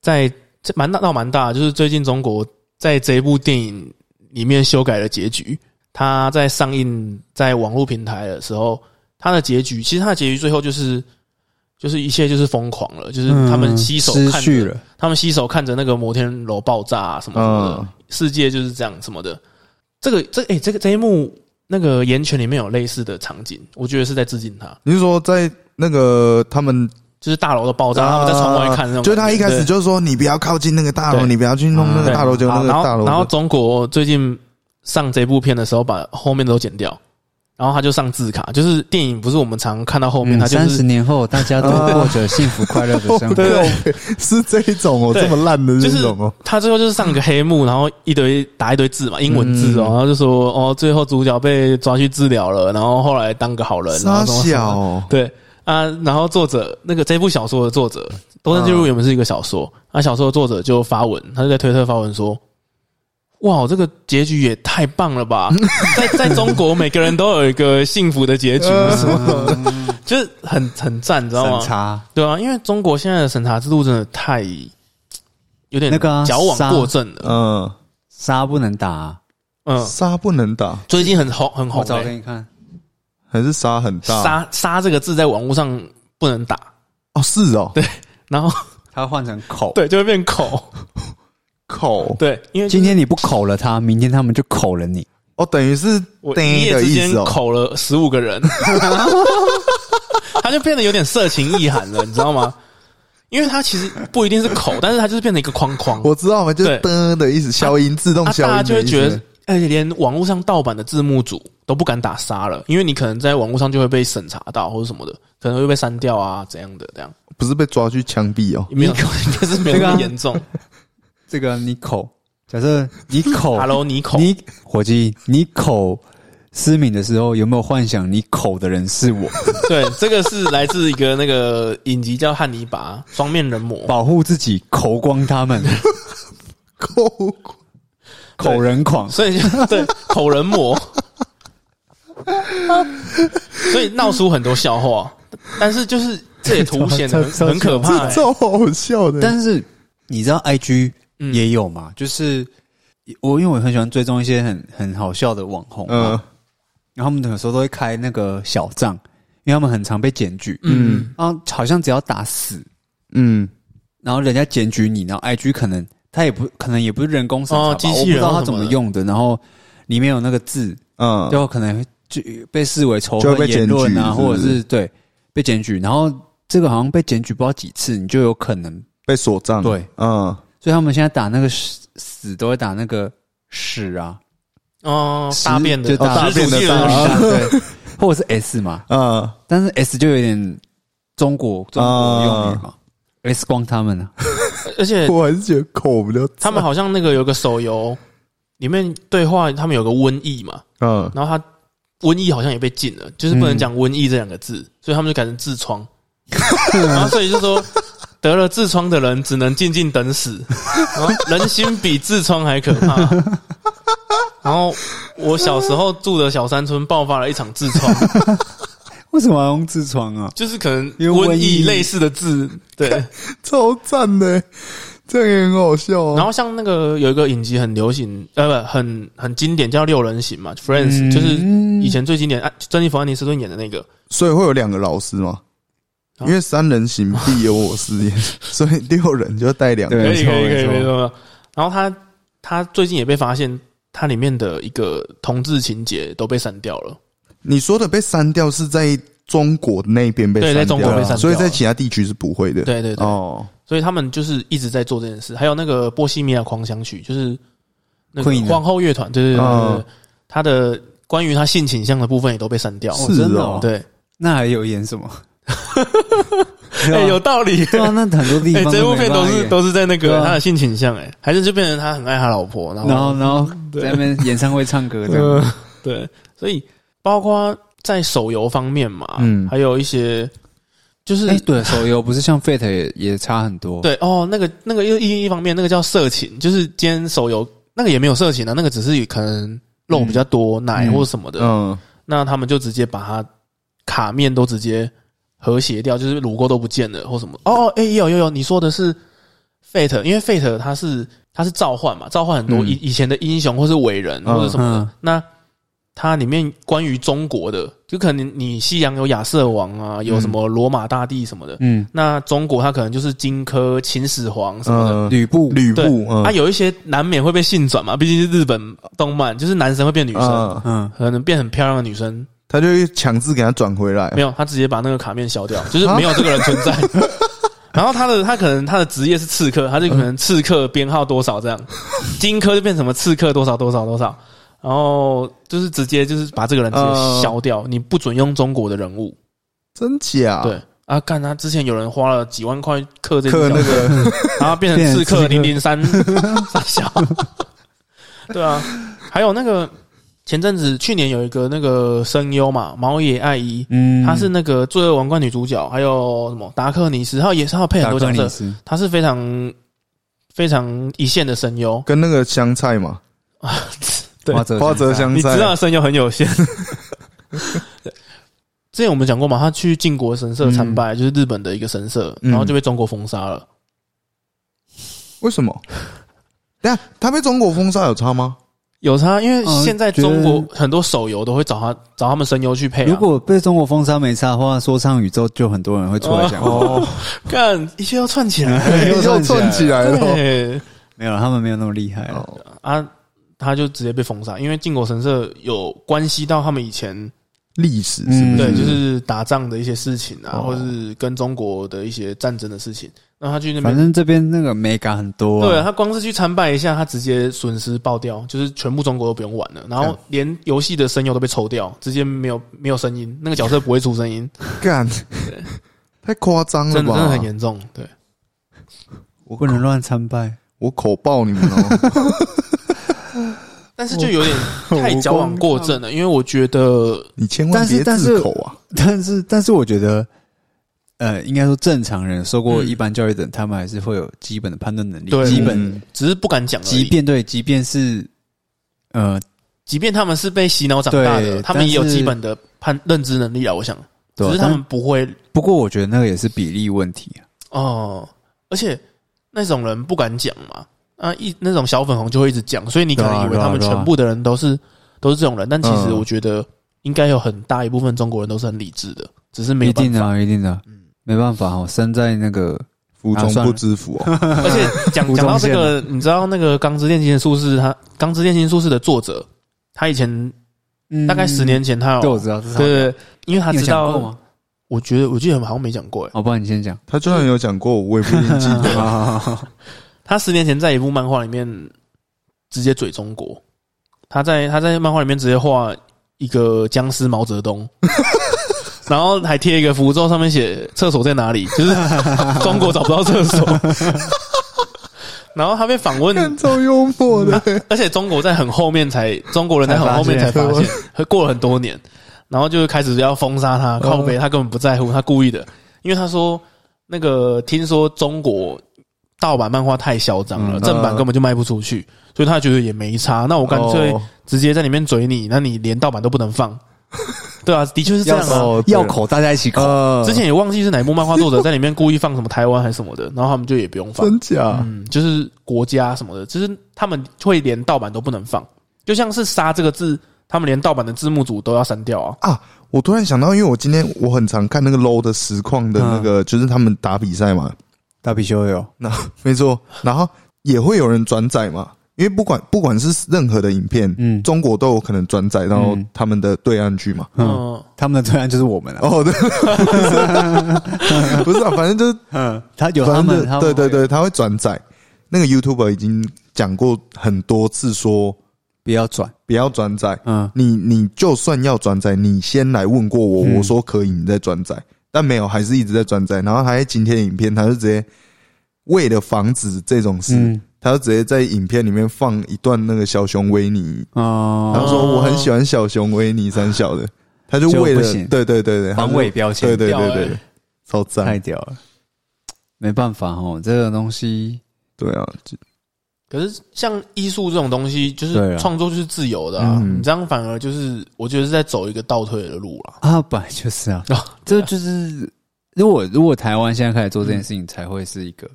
S3: 在这蛮大闹蛮大，就是最近中国在这一部电影里面修改了结局。它在上映在网络平台的时候，它的结局其实它的结局最后就是就是一切就是疯狂了，就是
S1: 嗯
S3: 他们携手
S1: 失
S3: 看
S1: 去
S3: 着，
S1: 了，
S3: 他们携手看着那个摩天楼爆炸、啊、什么什么的， (laughs)
S2: 嗯，
S3: 世界就是这样什么的。这个这哎、这个这一幕那个《岩泉》里面有类似的场景，我觉得是在致敬他，
S2: 你是说在那个他们，
S3: 就是大楼的爆炸，他们在窗外看那种感觉。
S2: 啊就是他一开
S3: 对
S2: 始就是说你不要靠近那个大楼，
S3: 对
S2: 你不要去弄那个
S3: 对
S2: 大楼，就那
S3: 好
S2: 个
S3: 然
S2: 大楼
S3: 后
S2: 就。
S3: 然后中国最近上这部片的时候，把后面都剪掉，然后他就上字卡，就是电影不是我们常看到后
S2: 嗯
S3: 面，他
S1: 嗯
S3: 就
S1: 三十
S3: 是
S1: 年后，大家都过着幸福快乐的生 (laughs) 活。
S2: (laughs) 对，是这一种哦，
S3: 对
S2: 这么烂的
S3: 就
S2: 这
S3: 是
S2: 种哦，
S3: 他最后就是上个黑
S2: (laughs)
S3: 幕，然后一堆打一堆字嘛，英文字哦，
S2: 嗯
S3: 然后就说哦，最后主角被抓去治疗了，然后后来当个好人，然
S2: 傻
S3: 后什么什么
S2: 小哦，
S3: 对啊，然后作者那个这部小说的作者《东山纪录》原本是一个小说，那、小说的作者就发文，他就在推特发文说：“哇，这个结局也太棒了吧！在在中国，每个人都有一个幸福的结局，什么的 (laughs) 就是很很赞，你知道
S1: 审
S3: 吗？
S1: 查
S3: 对啊，因为中国现在的审查制度真的太有点
S1: 那个啊
S3: 矫
S1: 杀
S3: 枉过正了。
S2: 嗯，
S1: 杀不能打啊，
S3: 嗯，
S2: 沙不能打，
S3: 最近很红很红、
S1: 我找
S3: 欸
S1: 给，你看。
S2: 还是沙很大？
S3: 杀杀这个字在网络上不能打，
S2: 哦，是哦，对，
S3: 然后 (laughs)
S1: 它换成口
S3: 对就会变口。
S2: 口
S3: 对，因为就是
S1: 今天你不口了他，明天他们就口了你。
S2: 哦，等于是
S3: 我
S2: 叮
S3: 一夜
S2: 的
S3: 之
S2: 意
S3: 间
S2: 思哦，
S3: 口了十五个人， (laughs) 他就变得有点色情意涵了，你知道吗？因为他其实不一定是口，但是他就是变成一个框框，
S2: 我知道嘛，就是
S3: 对
S2: 的的意思，消音自动
S3: 啊，
S2: 消
S3: 大
S2: 音
S3: 家
S2: 的
S3: 就会觉
S2: 意思
S3: 得，而且连网络上盗版的字幕组都不敢打杀了，因为你可能在网络上就会被审查到或者什么的，可能会被删掉啊，怎样的这样，
S2: 不是被抓去枪毙哦，
S3: 没有，应该是没有
S1: 这个
S3: 那
S1: 啊
S3: 么严重。
S1: 这个你口，假设你
S2: 哦
S1: 口
S3: (laughs) Hello，你口，
S1: 你伙计，你口失明的时候，有没有幻想你口的人是我？
S3: 对，这个是来自一个那个影集叫《汉尼拔》，双面人魔，
S1: 保护自己，口光他
S3: (laughs)
S1: 们，
S2: 口
S1: 口人狂。
S3: 所以就对口人魔，所以闹出很多笑话，但是就是这也凸显得很
S1: 超超
S3: 很可怕、
S2: 这
S3: 欸。
S2: 超好笑的，
S1: 但是你知道 IG
S3: 嗯
S1: 也有嘛？就是我因为我很喜欢追踪一些很很好笑的网红嘛，
S2: 嗯
S1: 然后他们有时候都会开那个小账，因为他们很常被检举，
S3: 嗯，
S1: 然后好像只要打死，
S2: 嗯，
S1: 然后人家检举你，然后 IG 可能他也不可能也不是人工审查吧，
S3: 哦机器
S1: 我不知
S3: 人
S1: 道
S3: 或
S1: 他
S3: 什
S1: 怎
S3: 么
S1: 么
S3: 的
S1: 用的，然后里面有那个字，
S2: 嗯，
S1: 最后可能就被视为仇
S2: 就
S1: 恨
S2: 会被检
S1: 言论啊，
S2: 举
S1: 或
S2: 是不是
S1: 者是对被检举，然后这个好像被检举不知道几次，你就有可能
S2: 被锁账，
S1: 对，
S2: 嗯，
S1: 所以他们现在打那个屎死都会打那个屎啊，
S3: 哦，
S1: 屎
S3: 大便的
S1: 就大
S2: 哦
S3: 屎
S2: 便
S3: 土
S2: 的
S3: 地
S2: 大
S3: 人
S2: 便
S1: 啊，对，或者是 S 嘛，
S2: 嗯，
S1: 但是 S 就有点中国中国用语
S2: 啊
S1: 嘛、s 光他们啊，
S3: 而且
S2: 我还是觉得口比较，
S3: 他们好像那个有个手游里面对话，他们有个瘟疫嘛，
S2: 嗯，
S3: 然后他瘟疫好像也被禁了，就是不能讲瘟疫这两个字，所以他们就改成痔疮，然后所以就说。得了痔疮的人只能静静等死，然后人心比痔疮还可怕。然后我小时候住的小山村爆发了一场痔疮，
S1: 为什么要用痔疮啊？
S3: 就是可能
S1: 因为
S3: 瘟
S1: 瘟疫
S3: 疫类似的痔，对。
S1: (laughs)
S2: 超赞的，这样也很好笑啊。
S3: 然后像那个有一个影集很流行，呃，不，很很经典，叫《六人行》嘛，《Friends、
S1: 嗯
S3: 就是以前最经典，啊，珍妮弗·安妮斯顿演的那个。
S2: 所以会有两个老师嘛，
S3: 啊
S2: 因为三人行必有我师
S3: (laughs)
S2: 焉，所以六人就带两
S1: 对
S2: 个。
S3: 可以，可以，
S1: 没
S3: 可以，
S1: 错
S3: 没
S1: 没错
S3: 错。没错然后他他最近也被发现，他里面的一个同志情节都被删掉了。
S2: 你说的被删掉是在中国那边被
S3: 对在
S2: 删掉，啊
S3: 中国
S1: 被删掉
S2: 所以在其他地区是不会的。
S3: 对对对，
S2: 哦，
S3: 所以他们就是一直在做这件事。还有那个《波西米亚狂想曲》，就是那个
S1: Queen 啊哦
S3: 皇后乐团，对对对对对
S2: 嗯
S3: 对，他的关于他性倾向的部分也都被删掉了。
S2: 是
S1: 真的
S2: 哦
S1: 哦，
S3: 对，
S1: 那还有演什
S2: (laughs)
S1: 么？
S3: 哎，有道理。
S1: 对啊，那很多地
S3: 哎、
S1: 方
S3: 这部片都
S1: 没办法
S3: 是
S1: 演
S3: 都是在那
S1: 对
S3: 个
S1: 啊
S3: 他的性倾向、哎，还是就变成他很爱他老婆，然后
S1: 然后然后在那边演唱会唱歌
S2: (laughs)
S1: 这样。
S2: 呃
S3: 对，所以包括在手游方面嘛，
S2: 嗯
S3: 还有一些就是、
S1: 哎，对，手游不是像 Fate 也也差很多。
S3: 对哦，那个那个一一一方面那个叫色情，就是今天手游那个也没有色情啊，那个只是可能肉比较多、奶或什么的，
S2: 嗯，
S3: 那他们就直接把它卡面都直接和谐掉，就是乳沟都不见了或什么。哦哦，哎、有有有，你说的是 Fate，因为 Fate 它是它是召唤嘛，召唤很多
S2: 嗯
S3: 以以前的英雄或是伟人
S2: 嗯
S3: 或者什么的。
S1: 嗯
S3: 那它里面关于中国的，就可能你西洋有亚瑟王啊，有什
S2: 嗯
S3: 么罗马大帝什么的。
S1: 嗯，
S3: 那中国它可能就是荆轲、秦始皇什么的。
S2: 嗯
S1: 吕布
S2: 吕
S3: 对
S2: 布，
S3: 啊，
S2: 嗯
S3: 有一些难免会被性转嘛，毕竟是日本动漫，就是男生会变女生，
S2: 嗯，
S1: 嗯，
S3: 可能变很漂亮的女生，
S2: 他就强制给他转回来
S3: 没。有，他直接把那个卡面消掉， (laughs) 就是没有这个人存在。然后他的他可能他的职业是刺客，他就可能刺客编号多少这样，荆轲就变什么刺客多少多少多少，然后就是直接就是把这个人直接消掉，你不准用中国的人物。
S2: 真假？
S3: 对啊，干他之前有人花了几万块刻这个
S2: 刻那，个，。
S3: 然后变成刺客
S1: 变
S3: 零
S1: 成
S3: 零三傻笑。对啊，还有那个前阵子去年有一个那个声优嘛，毛野爱一，
S1: 嗯，
S3: 她是那个《罪恶王冠》女主角，还有什么达克尼斯，还有也是她有配很
S1: 达
S3: 多
S1: 克
S3: 角
S1: 里
S3: 色，
S1: 斯，
S3: 她是非常非常一线的声优
S2: (laughs) 跟那个香菜
S3: (laughs)
S2: 嘛，
S3: 对
S1: 花泽
S2: 花
S1: 香
S2: 泽
S1: 菜
S2: 香
S3: 你知
S2: 菜，
S3: 道声优很有限。对 (laughs) 之前我们讲过嘛，她去靖国神社参拜，就是日本的一个神社，
S2: 嗯
S3: 然后就被中国封杀了。
S2: 为什么？等下他被中国封杀有差吗？
S3: 有差，因为
S1: 嗯
S3: 现在
S1: 觉得
S3: 中国很多手游都会找他找他们声优去配、啊。
S1: 如果被中国封杀没差的话，说唱宇宙就很多人会出来讲。
S2: 哦，
S3: 干一切要串起来，
S1: 又串
S2: 又
S1: 起来
S2: 串起来了。
S3: 对
S1: (laughs) 没有啦，他们没有那么厉害啦。
S2: 哦
S3: 啊，他就直接被封杀，因为靖国神社有关系到他们以前
S2: 历史是不
S1: 嗯
S3: 对，
S2: 是？
S3: 就是打仗的一些事情啊，
S2: 哦
S3: 或是跟中国的一些战争的事情。那他去那
S1: 反
S3: 边，
S1: 正这边那个美感很多、
S3: 对啊，，他光是去参拜一下，他直接损失爆掉，就是全部中国都不用玩了，然后连游戏的声优都被抽掉，直接没有没有声音，那个角色不会出声
S1: (laughs)
S3: 音，
S2: 干，太夸张了
S3: 真的真的
S2: 吧
S3: 很！严重。对，
S1: 我不能乱参拜。
S2: 我口爆你们
S3: (laughs)
S2: 哦！
S3: 但是就有点太矫枉过正了，因为我觉得
S2: 你千万
S1: 但是
S2: 别
S1: 但是
S2: 自口啊！
S1: 但是，但是我觉得，呃，应该说正常人受过一般教育的人，他们还是会有基本的判断能力。
S3: 对
S1: 基
S2: 嗯
S1: 本，
S3: 只是不敢讲而已。
S1: 即便对，即便是呃，
S3: 即便他们是被洗脑长大
S1: 对
S3: 的，他们也有
S1: 但是
S3: 基本的判认知能力啊，我想，
S1: 对啊
S3: 只是他们
S1: 但
S3: 不会
S1: 不过我觉得那个也是比例问题啊。
S3: 哦，而且那种人不敢讲嘛，啊，一那种小粉红就会一直讲，所以你可能以为
S1: 对啊对啊
S3: 他们全部的人都是都是这种人，但其实
S2: 嗯
S3: 我觉得应该有很大一部分中国人都是很理智的，只是没
S1: 一
S3: 有办
S1: 定
S3: 法。
S1: (laughs) 的啊，一定的啊，没办法哦，生在那个
S2: 服
S1: 啊
S2: 从
S1: 算了
S2: 不知服哦。
S3: 而且讲
S1: 吴宗
S3: 讲到这
S1: 宪
S3: 个，你知道那个《钢之炼金术士》他《钢之炼金术士》的作者，他以前
S1: 嗯
S3: 大概十年前他
S1: 对，我
S3: 有
S1: 知道，这是
S3: 对对，对因为他
S1: 你有
S3: 知
S1: 讲过
S3: 道，
S1: 吗？
S3: 我觉得我记得好像没讲过，欸
S1: 哦，不然你先讲。
S2: 他居然有讲过，我也不一定记
S3: (laughs)
S2: 得。
S3: 啊他十年前在一部漫画里面直接嘴中国，他在他在漫画里面直接画一个僵尸毛泽东，然后还贴一个符咒，上面写厕所在哪里，就是 (laughs) 中国找不到厕所。 (laughs) 然后他被访问，
S2: 看超幽默的，
S3: 而且中国在很后面才，中国人在很后面才发
S2: 才发
S3: 现，过了很多年，然后就开始要封杀他，靠北他根本不在乎，他故意的，因为他说那个听说中国盗版漫画太嚣张
S1: 嗯
S3: 了，正版根本就卖不出去，所以他觉得也没差。那我干脆
S2: 哦
S3: 直接在里面嘴你，那你连盗版都不能放。 (laughs) 对啊，的确是这
S1: 要
S3: 样啊。
S1: 口
S2: 对
S1: 要口，大家一起口。
S2: 呃
S3: 之前也忘记是哪一部漫画作者在里面故意放什么台湾还是什么的，然后他们就也不用放。
S2: 真假
S3: 嗯，就是国家什么的，就是他们会连盗版都不能放，就像是“杀”这个字，他们连盗版的字幕组都要删掉啊。
S2: 啊！我突然想到，因为我今天我很常看那个 low 的实况的那
S1: 嗯
S2: 个，就是他们打比赛嘛，
S1: 大比修有
S2: 没错，然后也会有人转载嘛，因为不管不管是任何的影片，
S1: 嗯
S2: 中国都有可能转载到
S1: 嗯
S2: 他们的对岸去
S1: (laughs)
S2: 嘛。
S1: 嗯
S3: 嗯，
S1: 他们的对岸就是我们啊了。
S2: 哦，对，不是啊，反正就是
S1: 嗯，他有他
S2: 反
S1: 们，他们
S2: 正对对，对，他会转载。那个 YouTuber 已经讲过很多次说
S1: 不要转。
S2: 不要转载，
S1: 嗯，
S2: 你你就算要转载，你先来问过我，
S1: 嗯
S2: 我说可以，你再转载，但没有，还是一直在转载。然后他在今天的影片，他就直接为了防止这种事，
S1: 嗯
S2: 他就直接在影片里面放一段那个小熊维尼，他
S1: 哦，
S2: 说我很喜欢小熊维尼三小
S1: (laughs)
S2: 的，他就
S1: 就
S2: 为了
S1: 不行
S2: 对对对对
S1: 防伪，标
S2: 他
S1: 签，
S2: 就对对对对
S3: 掉
S2: 对，超
S1: 太
S2: 赞，
S1: 屌了。没办法哦，这个东西，
S2: 对啊，就
S3: 可是像艺术这种东西，就
S1: 对
S3: 是
S1: 啊
S3: 创作就是自由的啊，
S2: 嗯
S3: 你这样反而就是我觉得是在走一个倒退的路
S1: (laughs)
S3: 了。
S1: 啊，本来就是啊，
S3: 啊
S1: 这就是如果如果台湾现在开始做这件事情，才会是一个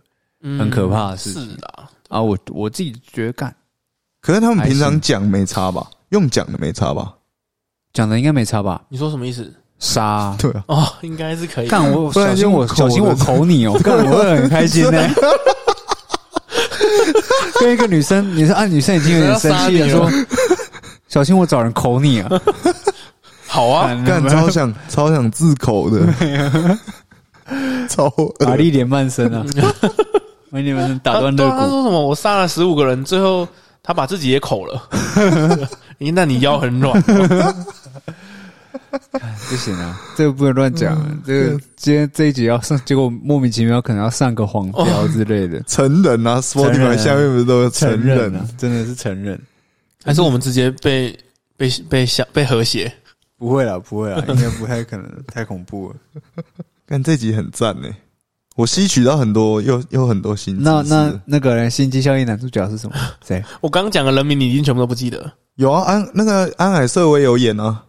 S3: 嗯
S1: 很可怕的事
S3: 是
S1: 情
S3: 的，
S1: 啊。我我自己觉得干
S2: 可是他们
S1: 还
S2: 平常
S1: 行
S2: 讲没差吧，用讲的没差吧，
S1: 讲的应该没差吧？
S3: 你说什么意思？
S1: 杀啊
S2: 对
S1: (laughs)
S2: 啊，
S3: 哦，应该是可以。
S1: 干我
S2: 不然
S1: 小心我
S2: 用口
S1: 小心我
S2: 的
S1: 口 (laughs) 你哦，干我会很开心呢。 (laughs) 跟一个女生，你说啊，女生已经有点生气了，
S3: 要杀
S1: 说 (laughs) 小心我找人口你 (laughs) 啊，
S3: 好啊，
S2: 干
S1: (laughs)
S2: 超想超想自口的， (laughs) 超恶
S1: 玛丽莲曼森 (laughs) 啊，玛丽莲曼森打断
S3: 他
S1: 肋
S3: 对啊他
S1: 骨，
S3: 说什么？我杀了十五个人，最后他把自己也
S1: (laughs)
S3: 口了。咦，那你腰很软，
S1: (laughs) 不行啊，这个不能乱讲啊，这个今天这一集要上，结果莫名其妙可能要上个黄标之类 (laughs) 的，
S2: 成人啊
S1: 人啊
S2: ，Spotify 下面不是都有成人
S1: 啊，真的是承认，
S3: 还是我们直接被被被想被和谐？
S1: 不会啦，不会啦，应该不太可能， (laughs) 太恐怖了。
S2: 但这集很赞呢、欸我吸取到很多，又又很多新知识。
S1: 那那那个人心机效应男主角是什么？谁？
S3: 我刚刚讲的人名，你已经全部都不记得。
S2: 有啊，安那个安海瑟薇有演啊，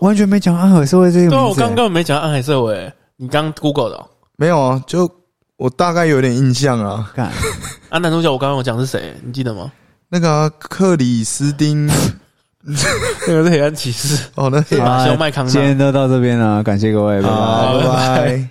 S1: 完全没讲安和社会这个名
S3: 对
S1: 字、
S3: 啊，我刚刚根本没讲暗海社会，你刚 Google 的哦
S2: 没有啊？就我大概有点印象啊。
S1: 干
S3: 啊，男主角我刚刚有讲是谁，你记得吗？
S2: 那个啊、克里斯汀，
S3: 那个是黑暗骑士。哎
S2: 哦，那
S3: 对吧
S1: 好啊
S3: 先卖康
S1: (laughs)
S3: 纳
S1: 今天就到这边了，感谢各位，拜拜。
S2: 好，拜拜。